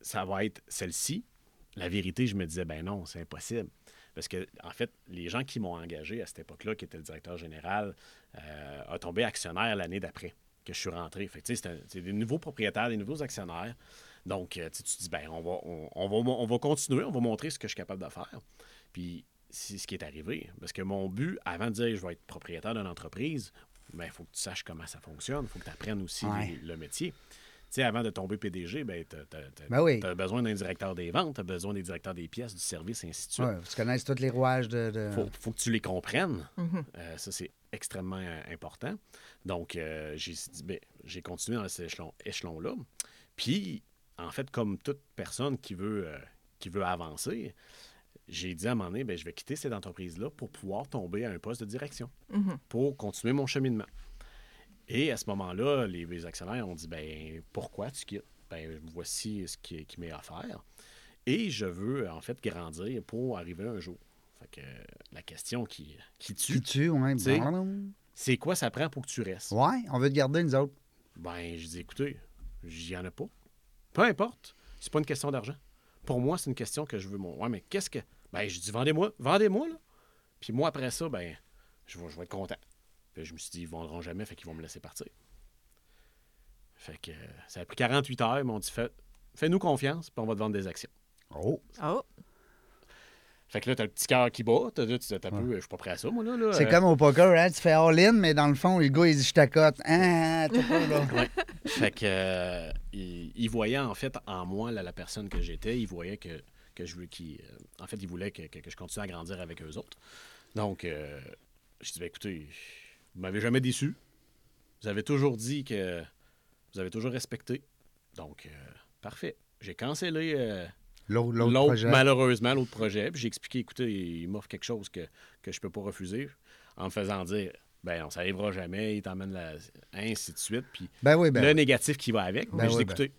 [SPEAKER 4] ça va être celle-ci? La vérité, je me disais, ben non, c'est impossible. Parce que, en fait, les gens qui m'ont engagé à cette époque-là, qui était le directeur général, euh, a tombé actionnaire l'année d'après que je suis rentré. Fait que, tu sais, c'est un- c'est des nouveaux propriétaires, des nouveaux actionnaires. Donc, euh, tu sais, tu te dis, ben on va, on, on va, on va continuer, on va montrer ce que je suis capable de faire. Puis, c'est ce qui est arrivé. Parce que mon but, avant de dire je vais être ben, propriétaire d'une entreprise, il faut que tu saches comment ça fonctionne. Il faut que tu apprennes aussi
[SPEAKER 2] Ouais.
[SPEAKER 4] les- le métier. sais, avant de tomber PDG, ben, tu
[SPEAKER 2] Ben oui.
[SPEAKER 4] as besoin d'un directeur des ventes, tu as besoin des directeurs des pièces, du service, ainsi de suite.
[SPEAKER 2] Ouais, tu connais tous les rouages de. de-
[SPEAKER 4] faut, faut que tu les comprennes. Euh, ça, c'est extrêmement euh, important. Donc, euh, j'ai dit, ben, j'ai continué dans cet échelon- échelon-là. Puis, en fait, comme toute personne qui veut, euh, qui veut avancer, j'ai dit à un moment donné, ben, je vais quitter cette entreprise-là pour pouvoir tomber à un poste de direction, pour continuer mon cheminement. Et à ce moment-là, les, les actionnaires ont dit, ben, pourquoi tu quittes? Ben, voici ce qui, qui m'est offert. Et je veux, en fait, grandir pour arriver un jour. Fait que euh, la question qui, qui
[SPEAKER 2] Tu
[SPEAKER 4] tue,
[SPEAKER 2] tues, ouais.
[SPEAKER 4] Tu sais.
[SPEAKER 2] blablabla.
[SPEAKER 4] c'est quoi ça prend pour que tu restes?
[SPEAKER 2] Ouais, on veut te garder, nous autres.
[SPEAKER 4] Ben, je dis, écoutez, j'y en ai pas. Peu importe. C'est pas une question d'argent. Pour moi, c'est une question que je veux. Mon... Ouais, mais qu'est-ce que. Ben, je dis, vendez-moi, vendez-moi, là. Puis moi, après ça, ben, je vais, je vais être content. Puis je me suis dit, ils vendront jamais, fait qu'ils vont me laisser partir. Fait que euh, ça a pris 48 heures, ils m'ont dit, Fais- fais-nous confiance, puis on va te vendre des actions.
[SPEAKER 2] Oh.
[SPEAKER 3] Oh,
[SPEAKER 4] Fait que là, t'as le petit cœur qui bat, t'as là, tu t'as peu, je suis pas prêt à ça, moi, là. là.
[SPEAKER 2] C'est
[SPEAKER 4] Euh,
[SPEAKER 2] comme au poker, hein? Tu fais all-in, mais dans le fond, le gars, il dit je t'accote. Ah, t'as
[SPEAKER 3] *laughs*
[SPEAKER 2] pas, là.
[SPEAKER 4] *laughs* Fait que euh, il, il voyait en fait en moi la, la personne que j'étais, il voyait que, que je voulais qu'il- euh, en fait il voulait que, que- que je continue à grandir avec eux autres. Donc euh, je dis Ben, écoutez, vous m'avez jamais déçu. Vous avez toujours dit que vous avez toujours respecté. Donc euh, parfait. J'ai cancellé euh,
[SPEAKER 2] L'autre, l'autre
[SPEAKER 4] l'autre,
[SPEAKER 2] projet.
[SPEAKER 4] malheureusement, l'autre projet. Puis j'ai expliqué, écoutez, il m'offre quelque chose que, que je peux pas refuser en me faisant dire, ben on s'arrivera jamais, il t'emmène la... ainsi de suite. Puis
[SPEAKER 2] Ben oui, ben.
[SPEAKER 4] le
[SPEAKER 2] oui.
[SPEAKER 4] négatif qui va avec.
[SPEAKER 2] Ben
[SPEAKER 4] mais je
[SPEAKER 2] oui,
[SPEAKER 4] dis, écoutez,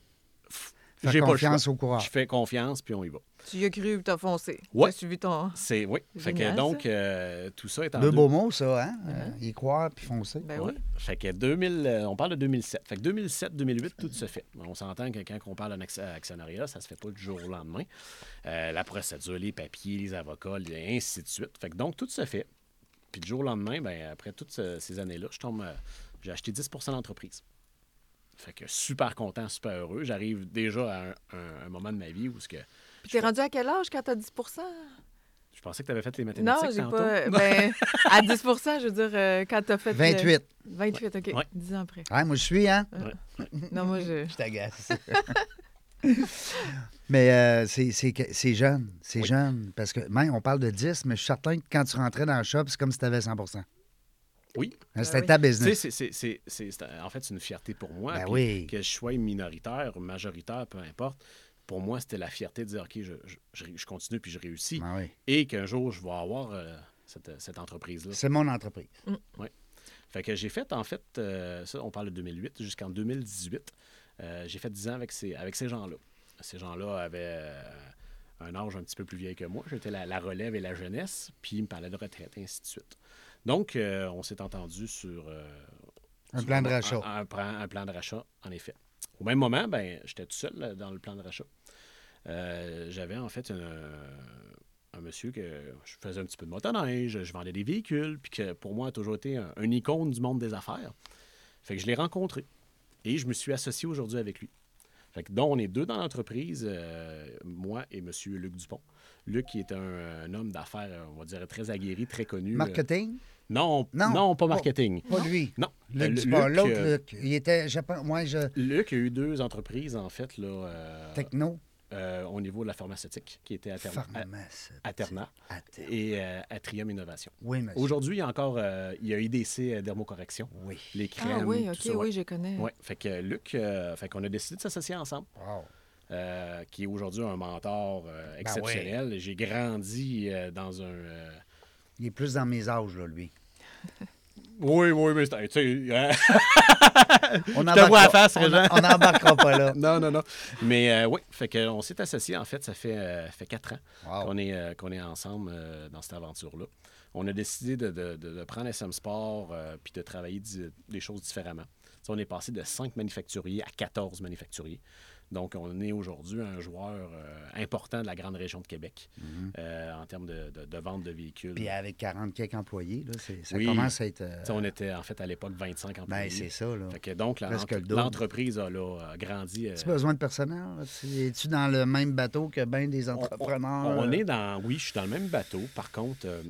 [SPEAKER 4] pff,
[SPEAKER 2] Faire
[SPEAKER 4] j'ai pas le
[SPEAKER 2] confiance
[SPEAKER 4] choix.
[SPEAKER 2] au coureur.
[SPEAKER 4] Je fais confiance, puis on y va.
[SPEAKER 3] tu y as cru, t'as foncé.
[SPEAKER 4] Ouais.
[SPEAKER 3] T'as suivi ton...
[SPEAKER 4] C'est, oui. Fait que,
[SPEAKER 3] Génial,
[SPEAKER 4] donc, euh, tout ça est en
[SPEAKER 2] Deux
[SPEAKER 4] deux-
[SPEAKER 2] beaux mots, ça, hein?
[SPEAKER 3] Mm-hmm.
[SPEAKER 2] Euh, y croire puis foncer.
[SPEAKER 3] Ben
[SPEAKER 4] Ouais.
[SPEAKER 3] oui.
[SPEAKER 4] Fait que 2000, euh, on parle de 2007. Fait que 2007, 2008, tout se fait. On s'entend que quand on parle d'un acc- actionnariat, ça se fait pas du jour au lendemain. Euh, la procédure, les papiers, les avocats, les- ainsi de suite. Fait que donc, tout se fait. Puis du jour au lendemain, ben, après toutes ce- ces années-là, je tombe, euh, j'ai acheté 10 d'entreprise. Fait que super content, super heureux. J'arrive déjà à un, un- un moment de ma vie où ce que
[SPEAKER 3] Puis t'es rendu à quel âge quand t'as 10
[SPEAKER 4] je pensais que tu avais fait les
[SPEAKER 3] Non,
[SPEAKER 4] mathématiques
[SPEAKER 3] j'ai
[SPEAKER 4] tantôt. *laughs*
[SPEAKER 3] pas. Ben, à 10 je veux dire, euh, quand t'as fait. le-
[SPEAKER 2] 28.
[SPEAKER 3] 28, OK.
[SPEAKER 4] Ouais.
[SPEAKER 3] 10 ans après.
[SPEAKER 2] Ouais, moi, je suis, hein?
[SPEAKER 3] Non, moi, je.
[SPEAKER 2] Je
[SPEAKER 4] *laughs*
[SPEAKER 2] t'agace. mais euh, c'est- c'est que- c'est jeune, c'est
[SPEAKER 4] Oui.
[SPEAKER 2] jeune. Parce que, même, on parle de 10, mais je suis certain que quand tu rentrais dans le shop, c'est comme si tu avais 100 Hein,
[SPEAKER 4] Ben Oui.
[SPEAKER 2] C'était
[SPEAKER 3] oui.
[SPEAKER 2] ta
[SPEAKER 4] Tu sais,
[SPEAKER 2] business.
[SPEAKER 4] c'est- c'est- c'est- c'est- c'est- en fait, c'est une fierté pour moi.
[SPEAKER 2] Ben
[SPEAKER 4] puis
[SPEAKER 2] oui.
[SPEAKER 4] Que je sois minoritaire, ou majoritaire, peu importe. Pour moi, c'était la fierté de dire, OK, je, je- je ré- je continue puis je réussis.
[SPEAKER 2] Ben oui.
[SPEAKER 4] Et qu'un jour, je vais avoir euh, cette, cette entreprise-là.
[SPEAKER 2] C'est mon entreprise.
[SPEAKER 4] Fait que j'ai fait, en fait, euh, ça, on parle de 2008 jusqu'en 2018. euh, j'ai fait 10 ans avec ces, avec ces gens-là. Ces gens-là avaient euh, un âge un petit peu plus vieil que moi. J'étais la, la relève et la jeunesse, puis ils me parlaient de retraite, et ainsi de suite. Donc, euh, on s'est entendu sur. euh,
[SPEAKER 2] Un
[SPEAKER 4] sur
[SPEAKER 2] plan de rachat.
[SPEAKER 4] Un, un plan, un plan de rachat, en effet. Au même moment, ben, j'étais tout seul là, dans le plan de rachat. Euh, J'avais, en fait, un, un monsieur que je faisais un petit peu de motoneige, je vendais des véhicules, puis que pour moi a toujours été un, une icône du monde des affaires. Fait que je l'ai rencontré et je me suis associé aujourd'hui avec lui. Fait que donc, on est deux dans l'entreprise, euh, moi et monsieur Luc Dupont. Luc, qui est un, un homme d'affaires, euh, on va dire, très aguerri, très connu. euh,
[SPEAKER 2] Marketing?
[SPEAKER 4] non,
[SPEAKER 2] Non.
[SPEAKER 4] non, pas marketing.
[SPEAKER 2] Pas lui.
[SPEAKER 4] Non. Euh,
[SPEAKER 2] Luc
[SPEAKER 4] Lu-
[SPEAKER 2] Dupont,
[SPEAKER 4] Luc,
[SPEAKER 2] l'autre,
[SPEAKER 4] euh,
[SPEAKER 2] Luc. Il était, je pense, moi, je,
[SPEAKER 4] Luc a eu deux entreprises, en fait, là, euh,
[SPEAKER 2] techno,
[SPEAKER 4] euh, au niveau de la pharmaceutique, qui était Aterna,
[SPEAKER 2] pharmacie.
[SPEAKER 4] A- Aterna
[SPEAKER 2] Athé-
[SPEAKER 4] et euh, Atrium Innovation.
[SPEAKER 2] Oui, monsieur.
[SPEAKER 4] Aujourd'hui, il y a encore euh, il y a IDC euh, Dermocorrection,
[SPEAKER 2] Oui.
[SPEAKER 4] les
[SPEAKER 3] Ah
[SPEAKER 4] crèmes.
[SPEAKER 3] oui,
[SPEAKER 4] tout
[SPEAKER 3] OK,
[SPEAKER 4] ça, ouais.
[SPEAKER 3] oui, je connais.
[SPEAKER 4] Ouais. Fait que Luc, euh, fait qu'on a décidé de s'associer ensemble,
[SPEAKER 2] Wow.
[SPEAKER 4] euh, qui est aujourd'hui un mentor euh, exceptionnel. J'ai grandi euh, dans un. euh,
[SPEAKER 2] Il est plus dans mes âges, là,
[SPEAKER 4] *laughs*
[SPEAKER 2] lui.
[SPEAKER 4] Oui, oui, mais c'est- tu sais, euh,
[SPEAKER 2] On
[SPEAKER 4] te vois à face,
[SPEAKER 2] on-
[SPEAKER 4] Régent.
[SPEAKER 2] On n'embarquera pas
[SPEAKER 4] *laughs*
[SPEAKER 2] là.
[SPEAKER 4] *laughs* non, non, non. Mais euh, oui, fait que on s'est associés, en fait, ça fait, euh, fait quatre ans
[SPEAKER 2] Wow.
[SPEAKER 4] qu'on est, euh, qu'on est ensemble euh, dans cette aventure-là. On a décidé de, de- de- de prendre SM Sport euh, puis de travailler di- des choses différemment. Tu sais, on est passé de 5 manufacturiers à 14 manufacturiers. Donc, on est aujourd'hui un joueur euh, important de la grande région de Québec euh, en termes de, de- de vente de véhicules.
[SPEAKER 2] Puis avec 40 quelques employés, là, c'est- ça
[SPEAKER 4] Oui.
[SPEAKER 2] commence à être.
[SPEAKER 4] Tu
[SPEAKER 2] euh,
[SPEAKER 4] sais, on était en fait à l'époque 25
[SPEAKER 2] ben,
[SPEAKER 4] employés.
[SPEAKER 2] c'est ça, là.
[SPEAKER 4] Fait que donc, la-
[SPEAKER 2] Presque le double.
[SPEAKER 4] l'entreprise a là, grandi. euh,
[SPEAKER 2] As-tu besoin de personnel? là? Tu- Es-tu dans le même bateau que bien des
[SPEAKER 4] on- on-
[SPEAKER 2] entrepreneurs?
[SPEAKER 4] On
[SPEAKER 2] euh?
[SPEAKER 4] est dans. Oui, je suis dans le même bateau. Par contre, euh,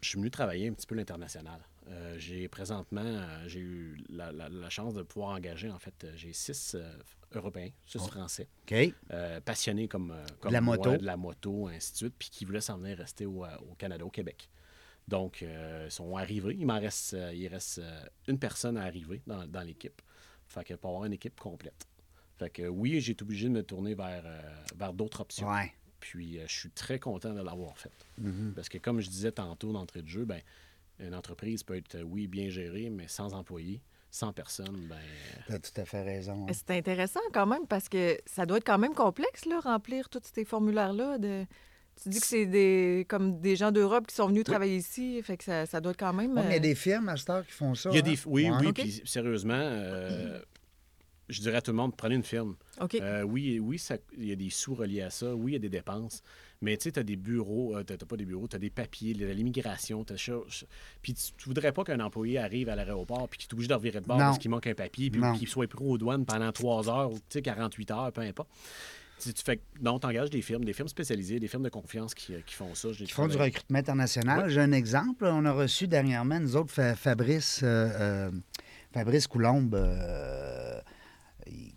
[SPEAKER 4] je suis venu travailler un petit peu l'international. Euh, j'ai présentement, euh, j'ai eu la, la- la chance de pouvoir engager, en fait, euh, j'ai six euh, Européens, six
[SPEAKER 2] Oh.
[SPEAKER 4] Français,
[SPEAKER 2] OK.
[SPEAKER 4] euh, passionnés comme, euh, comme
[SPEAKER 2] la
[SPEAKER 4] moi,
[SPEAKER 2] moto.
[SPEAKER 4] de la moto, ainsi de suite, puis qui voulaient s'en venir rester au, euh, au Canada, au Québec. Donc, euh, ils sont arrivés. Il m'en reste, euh, il reste euh, une personne à arriver dans, dans l'équipe. Fait que pour avoir une équipe complète. Fait que euh, oui, j'ai été obligé de me tourner vers, euh, vers d'autres options.
[SPEAKER 2] Ouais. Mm-hmm.
[SPEAKER 4] Puis euh, je suis très content de l'avoir fait. Parce que comme je disais tantôt d'entrée de jeu, ben, une entreprise peut être, euh, oui, bien gérée, mais sans employés, sans personne, ben,
[SPEAKER 2] Tu as tout à fait raison. hein.
[SPEAKER 3] C'est intéressant quand même parce que ça doit être quand même complexe, là, remplir tous ces formulaires-là. De... Tu dis que c'est des comme des gens d'Europe qui sont venus travailler ici, fait que ça, ça doit être quand même.
[SPEAKER 2] Ouais, mais il y a
[SPEAKER 3] euh,
[SPEAKER 2] des firmes à cette heure qui font ça.
[SPEAKER 4] Il y a
[SPEAKER 2] hein.
[SPEAKER 4] des... Oui,
[SPEAKER 2] Ouais.
[SPEAKER 4] oui,
[SPEAKER 3] Ok.
[SPEAKER 4] puis sérieusement, euh, je dirais à tout le monde, prenez une firme.
[SPEAKER 3] OK.
[SPEAKER 4] Euh, oui, oui ça- il y a des sous reliés à ça. Oui, il y a des dépenses. Mais tu sais, tu as des bureaux, tu n'as pas des bureaux, tu as des papiers, de l'immigration, t'as ça- ça- Puis tu ne voudrais pas qu'un employé arrive à l'aéroport puis qu'il est obligé de revirer de bord
[SPEAKER 2] Non.
[SPEAKER 4] parce qu'il manque un papier puis
[SPEAKER 2] Non.
[SPEAKER 4] qu'il soit pris aux douanes pendant 3 heures ou tu sais, 48 heures, peu importe. Tu, tu fais, donc, tu engages des firmes, des firmes spécialisées, des firmes de confiance qui, euh, qui font ça. J'ai
[SPEAKER 2] qui font du
[SPEAKER 4] travaillé-
[SPEAKER 2] recrutement international. J'ai un exemple. On a reçu dernièrement, nous autres, Fa- Fabrice, euh, euh, Fabrice Coulombe, euh,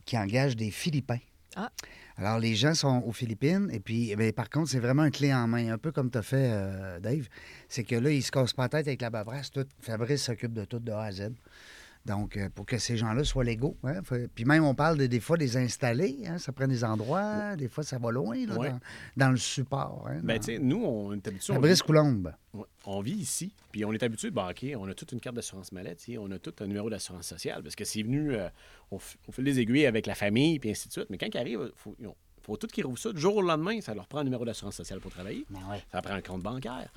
[SPEAKER 2] qui engage des Philippins.
[SPEAKER 3] Ah.
[SPEAKER 2] Alors, les gens sont aux Philippines, et puis, eh bien, par contre, c'est vraiment un clé en main, un peu comme tu as fait, euh, Dave. C'est que là, ils se cassent pas la tête avec la babrasse. Tout, Fabrice s'occupe de tout de A à Z. Donc, euh, pour que ces gens-là soient légaux. hein. Fait- Puis même, on parle de- des fois des installés. hein. Ça prend des endroits. Des fois, ça va loin là,
[SPEAKER 4] Ouais.
[SPEAKER 2] dans, dans le support. hein,
[SPEAKER 4] Ben,
[SPEAKER 2] dans-
[SPEAKER 4] tu sais, nous, on est habitués. on-
[SPEAKER 2] Fabrice Coulombe.
[SPEAKER 4] Ouais. On vit ici, puis on est habitué de banquer. On a toute une carte d'assurance maladie, on a tout un numéro d'assurance sociale, parce que c'est venu euh, au, f- au fil des aiguilles avec la famille, puis ainsi de suite. Mais quand ils arrivent, faut, ils ont- faut tout qu'ils rouvrent ça. Du jour au lendemain, ça leur prend un numéro d'assurance sociale pour travailler. Ça prend un compte bancaire.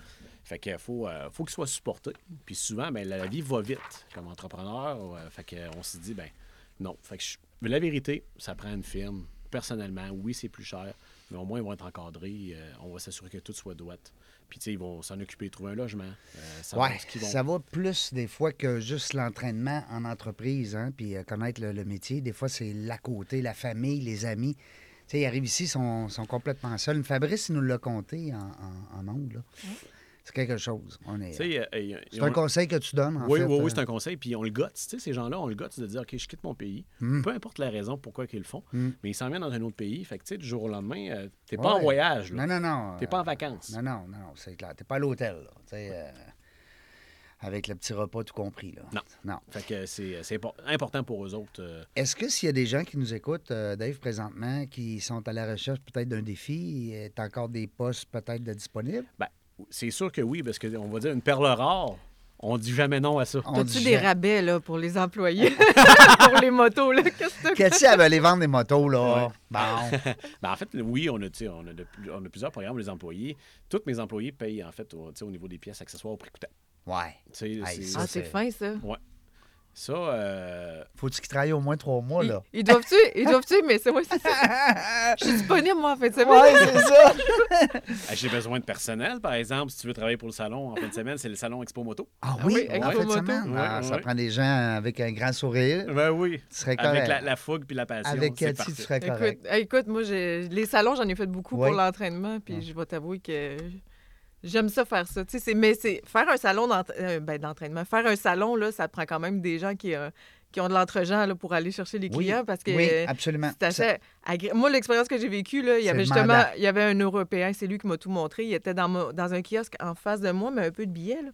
[SPEAKER 4] Fait que faut, euh, faut qu'ils soient supportés. Puis souvent, ben, la, la vie va vite comme entrepreneur. ouais. fait que, euh, on se dit, ben non. Fait que je- mais la vérité, ça prend une firme. Personnellement, oui, c'est plus cher, mais au moins ils vont être encadrés. euh, on va s'assurer que tout soit droit. Puis tu sais, ils vont s'en occuper, trouver un logement. euh, savoir
[SPEAKER 2] Ouais,
[SPEAKER 4] ce qu'ils vont-
[SPEAKER 2] ça va plus des fois que juste l'entraînement en entreprise, hein, puis euh, connaître le, le métier. Des fois, c'est l'à côté, la famille, les amis. Tu sais, ils arrivent ici, ils sont, sont complètement seuls. Fabrice, il nous l'a compté en, en, en ondes, là. C'est quelque chose. On est...
[SPEAKER 4] Tu sais, euh, ils- ils
[SPEAKER 2] C'est
[SPEAKER 4] ont-
[SPEAKER 2] un conseil que tu donnes, en
[SPEAKER 4] oui,
[SPEAKER 2] fait.
[SPEAKER 4] oui,
[SPEAKER 2] euh,
[SPEAKER 4] oui, c'est un conseil. Puis on le gotte, tu sais, ces gens-là, on le gotte de dire, OK, je quitte mon pays.
[SPEAKER 2] Hmm.
[SPEAKER 4] Peu importe la raison pourquoi qu'ils le font, mais ils s'en viennent dans un autre pays. Fait que, tu sais, du jour au lendemain, euh, t'es pas en
[SPEAKER 2] Ouais.
[SPEAKER 4] voyage. là.
[SPEAKER 2] Non, non, non. euh,
[SPEAKER 4] T'es pas en vacances.
[SPEAKER 2] Non, non, non, non, c'est clair. T'es pas à l'hôtel, là. Tu sais, euh, avec le petit repas tout compris, là.
[SPEAKER 4] Non.
[SPEAKER 2] Non.
[SPEAKER 4] Fait que c'est c'est impor- important pour eux autres. euh,
[SPEAKER 2] Est-ce que s'il y a des gens qui nous écoutent, euh, Dave, présentement, qui sont à la recherche peut-être d'un défi, est encore des postes peut-être de
[SPEAKER 3] *laughs*
[SPEAKER 2] disponibles?
[SPEAKER 4] ben, c'est sûr que oui, parce qu'on va dire une perle rare, on dit jamais non à ça.
[SPEAKER 2] On
[SPEAKER 3] T'as-tu
[SPEAKER 2] dit
[SPEAKER 3] des
[SPEAKER 2] jamais.
[SPEAKER 3] rabais là, pour les employés, *laughs* pour les motos? Là? Qu'est-ce que t'as-
[SPEAKER 2] Cathy, elle va aller vendre des motos, là. Bon.
[SPEAKER 4] Ben, en fait, oui, on a, tu sais, on, a de plus- on a plusieurs programmes, les employés. Tous mes employés payent, en fait, au, tu sais, au niveau des pièces accessoires au prix coûtant.
[SPEAKER 2] Ouais.
[SPEAKER 4] Tu sais,
[SPEAKER 2] Hey,
[SPEAKER 4] c'est-
[SPEAKER 2] ça,
[SPEAKER 3] Ah, c'est
[SPEAKER 2] c'est-
[SPEAKER 3] fin, ça.
[SPEAKER 4] Ouais. Ça, euh,
[SPEAKER 2] Faut-tu qu'il travaille au moins trois mois,
[SPEAKER 3] *laughs*
[SPEAKER 2] là?
[SPEAKER 3] Ils, ils doivent-tu? Ils doivent-tu? Mais c'est moi, c'est ça. Je suis disponible, moi, en fait. C'est
[SPEAKER 2] Ouais, c'est ça.
[SPEAKER 4] j'ai besoin de personnel, par exemple, si tu veux travailler pour le salon en fin de semaine, c'est le salon Expo Moto.
[SPEAKER 2] Ah
[SPEAKER 3] oui,
[SPEAKER 2] oui,
[SPEAKER 3] avec
[SPEAKER 2] en
[SPEAKER 3] vos
[SPEAKER 2] fait,
[SPEAKER 3] motos.
[SPEAKER 2] semaine.
[SPEAKER 4] Ouais,
[SPEAKER 2] Ah, Ça
[SPEAKER 4] ouais.
[SPEAKER 2] prend des gens avec un grand sourire.
[SPEAKER 4] Ben oui.
[SPEAKER 2] Tu serais
[SPEAKER 4] Avec
[SPEAKER 2] correct.
[SPEAKER 4] la, la fougue puis la passion.
[SPEAKER 2] Avec
[SPEAKER 4] c'est
[SPEAKER 2] Cathy,
[SPEAKER 4] parfait.
[SPEAKER 2] tu serais correct.
[SPEAKER 3] Écoute, écoute, moi, j'ai- les salons, j'en ai fait beaucoup
[SPEAKER 2] Ouais.
[SPEAKER 3] pour l'entraînement, puis je vais t'avouer que j'aime ça faire ça. Tu sais, c'est- mais c'est faire un salon d'ent- euh, ben, d'entraînement, faire un salon, là, ça prend quand même des gens qui, euh, qui ont de l'entre-gens là, pour aller chercher les clients parce que
[SPEAKER 2] Oui,
[SPEAKER 3] euh,
[SPEAKER 2] absolument.
[SPEAKER 3] c'est assez agré- Moi, l'expérience que j'ai vécue, là, il y
[SPEAKER 2] C'est
[SPEAKER 3] avait
[SPEAKER 2] le
[SPEAKER 3] justement
[SPEAKER 2] mandat.
[SPEAKER 3] il y avait un Européen, c'est lui qui m'a tout montré. Il était dans, mon- dans un kiosque en face de moi, mais un peu de billets. là.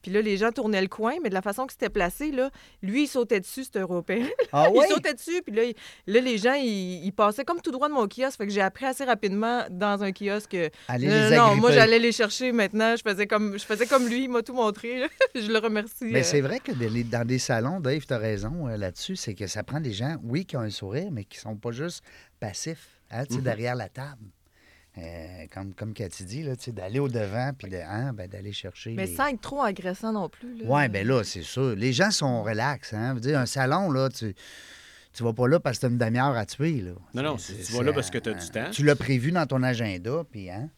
[SPEAKER 3] Puis là, les gens tournaient le coin, mais de la façon que c'était placé, là, lui, il sautait dessus, cet Européen.
[SPEAKER 2] Ah oui?
[SPEAKER 3] Il sautait dessus, puis là, il- là, les gens, ils, ils passaient comme tout droit de mon kiosque. Fait que j'ai appris assez rapidement dans un kiosque. euh,
[SPEAKER 2] Allez
[SPEAKER 3] non,
[SPEAKER 2] les
[SPEAKER 3] non, non, moi,
[SPEAKER 2] agripper.
[SPEAKER 3] j'allais les chercher maintenant. Je faisais comme, je faisais comme lui, il m'a tout montré. là. *laughs* je le remercie.
[SPEAKER 2] Mais
[SPEAKER 3] euh.
[SPEAKER 2] Ben, c'est vrai que des- dans des salons, Dave, tu as raison euh, là-dessus, c'est que ça prend des gens, oui, qui ont un sourire, mais qui sont pas juste passifs, hein,
[SPEAKER 3] Mhm.
[SPEAKER 2] tu sais, derrière la table. Euh, comme, comme Cathy dit, là, tu sais, d'aller au-devant, puis de- hein, ben, d'aller chercher.
[SPEAKER 3] Mais
[SPEAKER 2] les- ben,
[SPEAKER 3] sans être trop agressant non plus. Là.
[SPEAKER 2] Oui, bien là, c'est sûr. Les gens sont relax. Hein? Je veux dire, un salon, là, tu tu vas pas là parce que tu as une demi-heure à tuer. Là.
[SPEAKER 4] Non, non,
[SPEAKER 2] C'est-
[SPEAKER 4] tu
[SPEAKER 2] c'est-
[SPEAKER 4] vas là
[SPEAKER 2] c'est-
[SPEAKER 4] parce que t'as du temps.
[SPEAKER 2] Tu l'as prévu dans ton agenda, puis hein?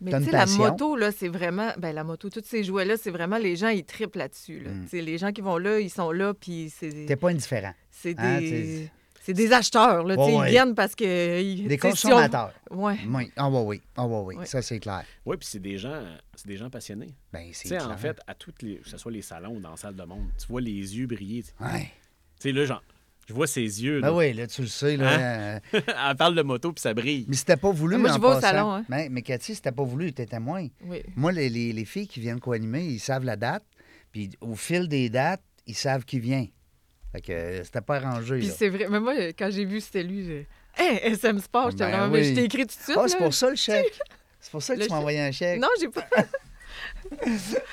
[SPEAKER 3] Mais
[SPEAKER 2] T'as
[SPEAKER 3] tu
[SPEAKER 2] une
[SPEAKER 3] sais, la
[SPEAKER 2] passion.
[SPEAKER 3] moto, là, c'est vraiment. Ben, la moto, tous ces jouets-là, c'est vraiment les gens, ils
[SPEAKER 2] Mm.
[SPEAKER 3] triplent là-dessus. là. Tu sais, Les gens qui vont là, ils sont là, puis c'est.
[SPEAKER 2] t'es pas indifférent.
[SPEAKER 3] C'est des.
[SPEAKER 2] Hein, t'sais,
[SPEAKER 3] c'est des acheteurs. Là, tu sais,
[SPEAKER 2] Ouais, ouais.
[SPEAKER 3] Ils viennent parce que. ils-
[SPEAKER 2] Des
[SPEAKER 3] tu sais, si on-
[SPEAKER 2] consommateurs.
[SPEAKER 3] Ouais.
[SPEAKER 2] Oui. Ah, oui, oui. Ah, oui, oui.
[SPEAKER 3] Oui.
[SPEAKER 2] Ça, c'est clair.
[SPEAKER 4] Oui, puis c'est des gens, c'est des gens passionnés.
[SPEAKER 2] Ben,
[SPEAKER 4] Tu
[SPEAKER 2] c'est
[SPEAKER 4] sais,
[SPEAKER 2] clair.
[SPEAKER 4] en fait, à toutes les, que ce soit les salons ou dans la salle de monde, tu vois les yeux briller. Tu
[SPEAKER 2] Ouais.
[SPEAKER 4] sais, là, genre, je vois ses yeux.
[SPEAKER 2] Ben
[SPEAKER 4] là.
[SPEAKER 2] oui, là, tu le sais.
[SPEAKER 4] Hein?
[SPEAKER 2] Là, euh,
[SPEAKER 4] *laughs* Elle parle de moto, puis ça brille.
[SPEAKER 2] Mais c'était pas voulu.
[SPEAKER 3] Ah, moi,
[SPEAKER 2] en
[SPEAKER 3] je vais au
[SPEAKER 2] passant.
[SPEAKER 3] salon, hein.
[SPEAKER 2] Mais, mais Cathy, c'était pas voulu, t'étais témoin.
[SPEAKER 3] Oui.
[SPEAKER 2] Moi, les, les- les filles qui viennent co-animer, ils savent la date. Puis au fil des dates, ils savent qui vient. Fait que euh, c'était pas arrangé.
[SPEAKER 3] Puis
[SPEAKER 2] là.
[SPEAKER 3] c'est vrai. Mais moi, quand j'ai vu c'était lui, j'ai. Hein, Hey, SM Sport, j'étais
[SPEAKER 2] Ben
[SPEAKER 3] vraiment.
[SPEAKER 2] oui.
[SPEAKER 3] Je t'ai écrit tout de suite.
[SPEAKER 2] Ah, c'est
[SPEAKER 3] là.
[SPEAKER 2] pour ça le
[SPEAKER 3] *laughs*
[SPEAKER 2] chèque. C'est pour ça que
[SPEAKER 3] Le
[SPEAKER 2] tu m'as
[SPEAKER 3] chèque.
[SPEAKER 2] envoyé un chèque.
[SPEAKER 3] Non, j'ai pas.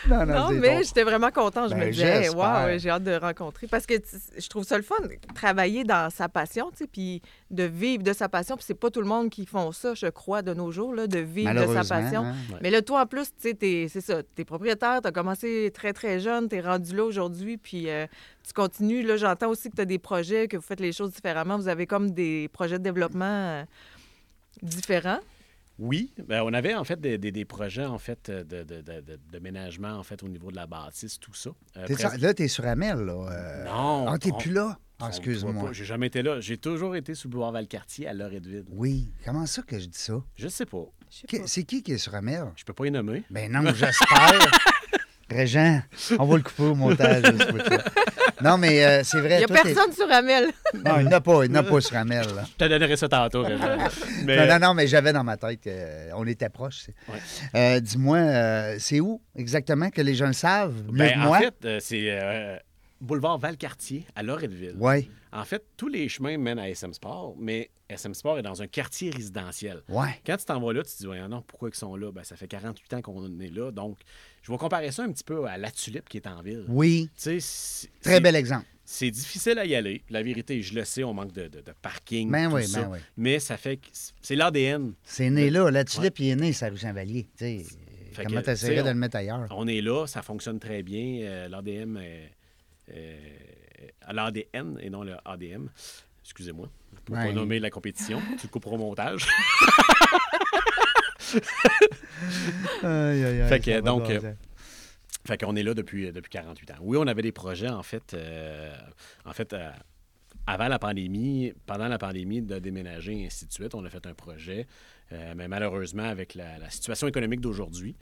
[SPEAKER 2] non,
[SPEAKER 3] Non,
[SPEAKER 2] c'est
[SPEAKER 3] mais
[SPEAKER 2] drôle.
[SPEAKER 3] j'étais vraiment contente. Je
[SPEAKER 2] Ben,
[SPEAKER 3] me disais,
[SPEAKER 2] j'espère.
[SPEAKER 3] waouh, j'ai hâte de rencontrer. Parce que tu- je trouve ça le fun, travailler dans sa passion, tu sais, puis de vivre de sa passion. Puis c'est pas tout le monde qui font ça, je crois, de nos jours, là, de vivre de
[SPEAKER 2] Malheureusement,
[SPEAKER 3] sa passion.
[SPEAKER 2] hein.
[SPEAKER 4] Ouais.
[SPEAKER 3] Mais là, toi, en plus, tu sais, t'es- c'est ça, t'es propriétaire, t'as commencé très, très jeune, t'es rendu là aujourd'hui, puis euh, tu continues. Là, j'entends aussi que t'as des projets, que vous faites les choses différemment. Vous avez comme des projets de développement euh, différents.
[SPEAKER 4] Oui, ben, on avait en fait des, des- des projets en fait de, de, de- de- de ménagement en fait au niveau de la bâtisse, tout ça. Euh,
[SPEAKER 2] T'es-
[SPEAKER 4] presque-
[SPEAKER 2] Là, t'es sur Amel, là. euh,
[SPEAKER 4] Non,
[SPEAKER 2] Ah, t'es
[SPEAKER 4] on-
[SPEAKER 2] plus là. Ah,
[SPEAKER 4] on- on-
[SPEAKER 2] excuse-moi.
[SPEAKER 4] J'ai jamais été là. J'ai toujours été sous le boulevard Valcartier à l'heure Edwin.
[SPEAKER 2] Oui, comment ça que je dis ça?
[SPEAKER 4] Je sais pas.
[SPEAKER 3] Je sais
[SPEAKER 2] Qui-
[SPEAKER 3] pas.
[SPEAKER 2] C'est qui qui est sur Amel?
[SPEAKER 4] Je peux pas y nommer.
[SPEAKER 2] Ben non, j'espère. *laughs* Régent, on va le couper au montage. là, ce bout-là. non, mais euh, c'est vrai.
[SPEAKER 3] Il n'y a
[SPEAKER 2] toi, t'es-
[SPEAKER 3] personne sur Amel.
[SPEAKER 2] Non, il n'y en a pas, il n'y en a pas sur Amel. là.
[SPEAKER 4] Je te donnerai ça
[SPEAKER 2] *laughs*
[SPEAKER 4] tantôt. Régent. Mais
[SPEAKER 2] Non, non, non, mais j'avais dans ma tête qu'on était proches. c'est-
[SPEAKER 4] Ouais.
[SPEAKER 2] Euh, Dis-moi, euh, c'est où exactement que les gens le savent? Mieux
[SPEAKER 4] ben,
[SPEAKER 2] que
[SPEAKER 4] en
[SPEAKER 2] moi?
[SPEAKER 4] fait, euh, c'est euh, boulevard Valcartier à Loretteville.
[SPEAKER 2] Oui,
[SPEAKER 4] En fait, tous les chemins mènent à SM Sport, mais SM Sport est dans un quartier résidentiel.
[SPEAKER 2] oui.
[SPEAKER 4] Quand tu t'en vas là, tu te dis, voyons, non, pourquoi ils sont là? Ben, ça fait 48 ans qu'on est là. Donc, je vais comparer ça un petit peu à la tulipe qui est en ville.
[SPEAKER 2] Oui,
[SPEAKER 4] Tu sais, c'est-
[SPEAKER 2] très
[SPEAKER 4] c'est-
[SPEAKER 2] bel exemple.
[SPEAKER 4] C'est difficile à y aller. La vérité, je le sais, on manque de, de- de parking.
[SPEAKER 2] Ben
[SPEAKER 4] tout
[SPEAKER 2] oui,
[SPEAKER 4] ça.
[SPEAKER 2] ben oui.
[SPEAKER 4] Mais ça fait que c'est c'est l'ADN.
[SPEAKER 2] C'est né là. La tulipe, il est né, ça rue Jean-Valier. Tu sais,
[SPEAKER 4] Fait
[SPEAKER 2] comment
[SPEAKER 4] que, tu
[SPEAKER 2] t'essaierais
[SPEAKER 4] sais,
[SPEAKER 2] de
[SPEAKER 4] on-
[SPEAKER 2] le mettre ailleurs?
[SPEAKER 4] On est là, ça fonctionne très bien. L'ADM est. euh, à L'ADN et non le ADM. Excusez-moi. Pour
[SPEAKER 2] Ouais.
[SPEAKER 4] pas nommer la compétition, tu le couperas au montage. *laughs*
[SPEAKER 2] Aïe, aïe, aïe,
[SPEAKER 4] Fait que,
[SPEAKER 2] ça va
[SPEAKER 4] donc,
[SPEAKER 2] jaser.
[SPEAKER 4] euh, Fait qu'on est là depuis, euh, depuis 48 ans. Oui, on avait des projets, en fait, euh, en fait euh, avant la pandémie, pendant la pandémie, de déménager et ainsi de suite. On a fait un projet, euh, mais malheureusement, avec la, la situation économique d'aujourd'hui,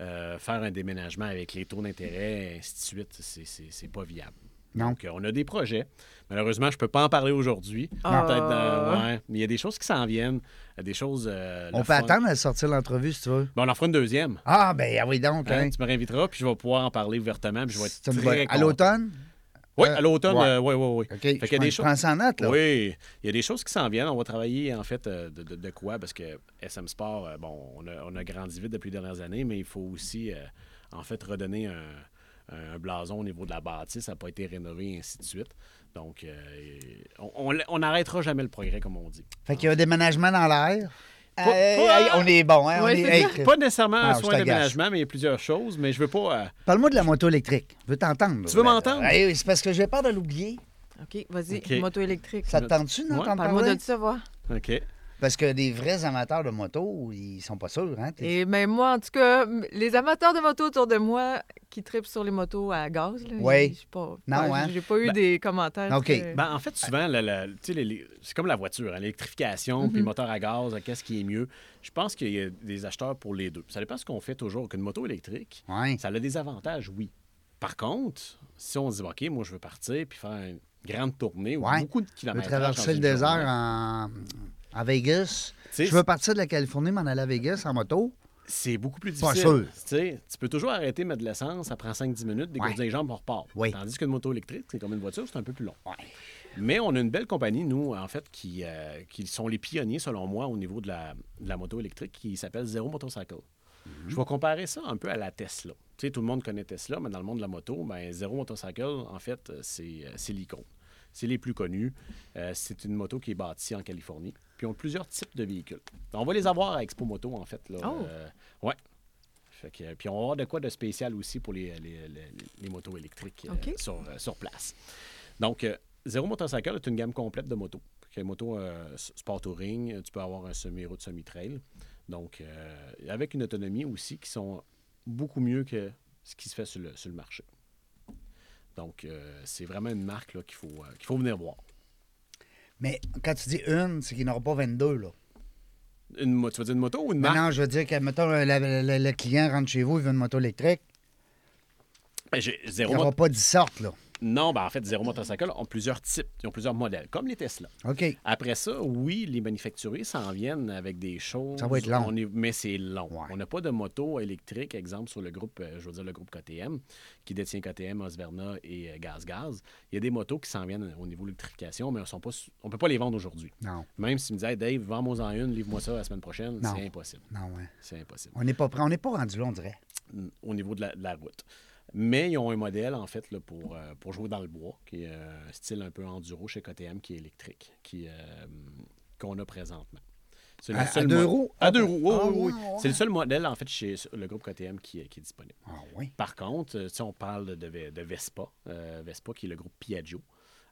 [SPEAKER 4] euh, faire un déménagement avec les taux d'intérêt, et ainsi de suite, c'est- c'est c'est pas viable.
[SPEAKER 2] Non.
[SPEAKER 4] Donc, euh, on a des projets. Malheureusement, je peux pas en parler aujourd'hui.
[SPEAKER 3] Non.
[SPEAKER 4] Peut-être dans-
[SPEAKER 3] Ah.
[SPEAKER 4] ouais. Mais il y a des choses qui s'en viennent, des choses... euh,
[SPEAKER 2] on
[SPEAKER 4] le
[SPEAKER 2] peut
[SPEAKER 4] fun.
[SPEAKER 2] attendre à sortir l'entrevue si tu veux.
[SPEAKER 4] Ben, on en fera une deuxième.
[SPEAKER 2] Ah, ben ah oui, donc.
[SPEAKER 4] Hein,
[SPEAKER 2] hein.
[SPEAKER 4] Tu me réinviteras, puis je vais pouvoir en parler ouvertement, puis je vais être
[SPEAKER 2] C'est une
[SPEAKER 4] très
[SPEAKER 2] bonne- À
[SPEAKER 4] content.
[SPEAKER 2] l'automne?
[SPEAKER 4] Oui,
[SPEAKER 2] Euh,
[SPEAKER 4] à l'automne,
[SPEAKER 2] ouais.
[SPEAKER 4] euh, oui, oui, oui.
[SPEAKER 2] OK.
[SPEAKER 4] Fait qu'il y a
[SPEAKER 2] je
[SPEAKER 4] des
[SPEAKER 2] prends- je prends
[SPEAKER 4] choses...
[SPEAKER 2] ça en note, là.
[SPEAKER 4] Oui, il y a des choses qui s'en viennent. On va travailler, en fait, euh, de, de- de quoi? Parce que SM Sport, euh, bon, on a, on a grandi vite depuis les dernières années, mais il faut aussi, euh, en fait, redonner un, un blason au niveau de la bâtisse. Ça n'a pas été rénové, et ainsi de suite. Donc, euh, on- on l- on n'arrêtera jamais le progrès, comme on dit.
[SPEAKER 2] Fait qu'il y a un déménagement dans l'air.
[SPEAKER 4] Pas-
[SPEAKER 2] Hey,
[SPEAKER 4] pas-
[SPEAKER 2] hey, on est bon, hein? on
[SPEAKER 3] Ouais,
[SPEAKER 2] est-
[SPEAKER 3] c'est
[SPEAKER 2] hey,
[SPEAKER 4] Pas nécessairement
[SPEAKER 2] Ah,
[SPEAKER 4] un
[SPEAKER 2] je
[SPEAKER 4] soin
[SPEAKER 2] t'agace.
[SPEAKER 4] d'aménagement, mais il y a plusieurs choses, mais je veux pas... euh,
[SPEAKER 2] Parle-moi de la moto électrique. Je veux t'entendre.
[SPEAKER 4] Tu veux
[SPEAKER 2] là.
[SPEAKER 4] m'entendre?
[SPEAKER 2] Hey, c'est parce que j'ai peur de l'oublier.
[SPEAKER 3] *laughs* OK, vas-y,
[SPEAKER 4] OK.
[SPEAKER 3] moto électrique.
[SPEAKER 2] Ça te tente-tu
[SPEAKER 4] Ouais,
[SPEAKER 2] d'entendre
[SPEAKER 3] Parle-moi
[SPEAKER 2] parler?
[SPEAKER 3] de ça, voir.
[SPEAKER 4] OK.
[SPEAKER 2] Parce que des vrais amateurs de moto, ils sont pas sûrs. Hein? T'es-
[SPEAKER 3] Et même moi, en tout cas, m- les amateurs de moto autour de moi qui tripent sur les motos à gaz, là,
[SPEAKER 2] Ouais.
[SPEAKER 3] ils- je sais pas.
[SPEAKER 2] Non,
[SPEAKER 3] ouais,
[SPEAKER 2] hein?
[SPEAKER 3] J'ai pas eu
[SPEAKER 4] Ben-
[SPEAKER 3] des commentaires.
[SPEAKER 2] OK.
[SPEAKER 3] très-
[SPEAKER 4] Ben, en fait, souvent, la- la- tu sais, les- les- c'est comme la voiture, hein, l'électrification,
[SPEAKER 2] Mhm.
[SPEAKER 4] puis le moteur à gaz, hein, qu'est-ce qui est mieux? Je pense qu'il y a des acheteurs pour les deux. Ça dépend ce qu'on fait toujours. Qu'une moto électrique,
[SPEAKER 2] Ouais.
[SPEAKER 4] ça a des avantages, oui. Par contre, si on dit, OK, moi, je veux partir puis faire une grande tournée ou
[SPEAKER 2] Ouais.
[SPEAKER 4] beaucoup de
[SPEAKER 2] Je veux
[SPEAKER 4] kilomètres.
[SPEAKER 2] traverser le désert hein. en... à Vegas.
[SPEAKER 4] Tu sais,
[SPEAKER 2] je veux partir de la Californie, m'en aller à Vegas en moto.
[SPEAKER 4] C'est beaucoup plus
[SPEAKER 2] Pas
[SPEAKER 4] difficile.
[SPEAKER 2] sûr.
[SPEAKER 4] Tu sais, tu peux toujours arrêter, mettre de l'essence, ça prend 5-10 minutes, dès
[SPEAKER 2] Ouais.
[SPEAKER 4] que les jambes, on repart.
[SPEAKER 2] Oui.
[SPEAKER 4] Tandis qu'une moto électrique, c'est comme une voiture, c'est un peu plus long. Mais on a une belle compagnie, nous, en fait, qui, euh, qui sont les pionniers, selon moi, au niveau de la, de la moto électrique, qui s'appelle Zero Motorcycle. Je vais comparer ça un peu à la Tesla. Tu sais, tout le monde connaît Tesla, mais dans le monde de la moto, ben, Zero Motorcycle, en fait, c'est euh, c'est l'icône. C'est les plus connus. Euh, c'est une moto qui est bâtie en Californie. Puis ils ont plusieurs types de véhicules. On va les avoir à Expo Moto, en fait. Là.
[SPEAKER 3] Oh.
[SPEAKER 4] Euh, ouais. Fait que, euh, puis on va avoir de quoi de spécial aussi pour les, les- les- les motos électriques euh,
[SPEAKER 3] OK.
[SPEAKER 4] sur, euh, sur place. Donc, euh, Zero Motorcycle est une gamme complète de motos. Fait que moto euh, s- sport touring, euh, tu peux avoir un semi-route, semi-trail. Donc, euh, avec une autonomie aussi qui sont beaucoup mieux que ce qui se fait sur le, sur le marché. Donc, euh, c'est vraiment une marque là, qu'il faut, euh, qu'il faut venir voir.
[SPEAKER 2] Mais quand tu dis une, c'est qu'il n'aura pas 22, là.
[SPEAKER 4] Une, mo- tu veux dire une moto ou une
[SPEAKER 2] Mais
[SPEAKER 4] marque?
[SPEAKER 2] non, je veux dire que, mettons, la- la- la- le client rentre chez vous, il veut une moto électrique.
[SPEAKER 4] Ben, j'ai
[SPEAKER 2] Il
[SPEAKER 4] zéro
[SPEAKER 2] n'y aura
[SPEAKER 4] mot-
[SPEAKER 2] pas 10 sortes, là.
[SPEAKER 4] Non, ben, en fait, zéro motorcycle ont plusieurs types, ils ont plusieurs modèles, comme les Tesla.
[SPEAKER 2] OK.
[SPEAKER 4] Après ça, oui, les manufacturiers s'en viennent avec des choses.
[SPEAKER 2] Ça va être long.
[SPEAKER 4] On est- mais c'est long.
[SPEAKER 2] Ouais.
[SPEAKER 4] On n'a pas de moto électrique, exemple, sur le groupe, euh, je veux dire, le groupe KTM, qui détient KTM, Osverna et euh, Gaz Gaz. Il y a des motos qui s'en viennent au niveau de l'électrification, mais elles sont pas su- on ne peut pas les vendre aujourd'hui.
[SPEAKER 2] Non,
[SPEAKER 4] Même s'ils me disaient, Dave, vends-moi-en une, livre-moi ça la semaine prochaine,
[SPEAKER 2] Non.
[SPEAKER 4] c'est impossible.
[SPEAKER 2] non, hein.
[SPEAKER 4] C'est impossible
[SPEAKER 2] On n'est pas prêt, on n'est pas rendu là, on dirait.
[SPEAKER 4] n- au niveau de la, de la route. Mais ils ont un modèle, en fait, là, pour, euh, pour jouer dans le bois, qui est euh, un style un peu enduro chez KTM, qui est électrique, qui, euh, qu'on a présentement. C'est
[SPEAKER 2] À- à deux
[SPEAKER 4] mo-
[SPEAKER 2] roues?
[SPEAKER 4] À deux roues, oui,
[SPEAKER 2] Ah,
[SPEAKER 4] oui,
[SPEAKER 2] ouais,
[SPEAKER 4] oui.
[SPEAKER 2] ouais.
[SPEAKER 4] C'est le seul modèle, en fait, chez le groupe KTM qui, est- qui est disponible.
[SPEAKER 2] Ah oui.
[SPEAKER 4] Par contre, euh, si on parle de, Ve- de Vespa, euh, Vespa qui est le groupe Piaggio,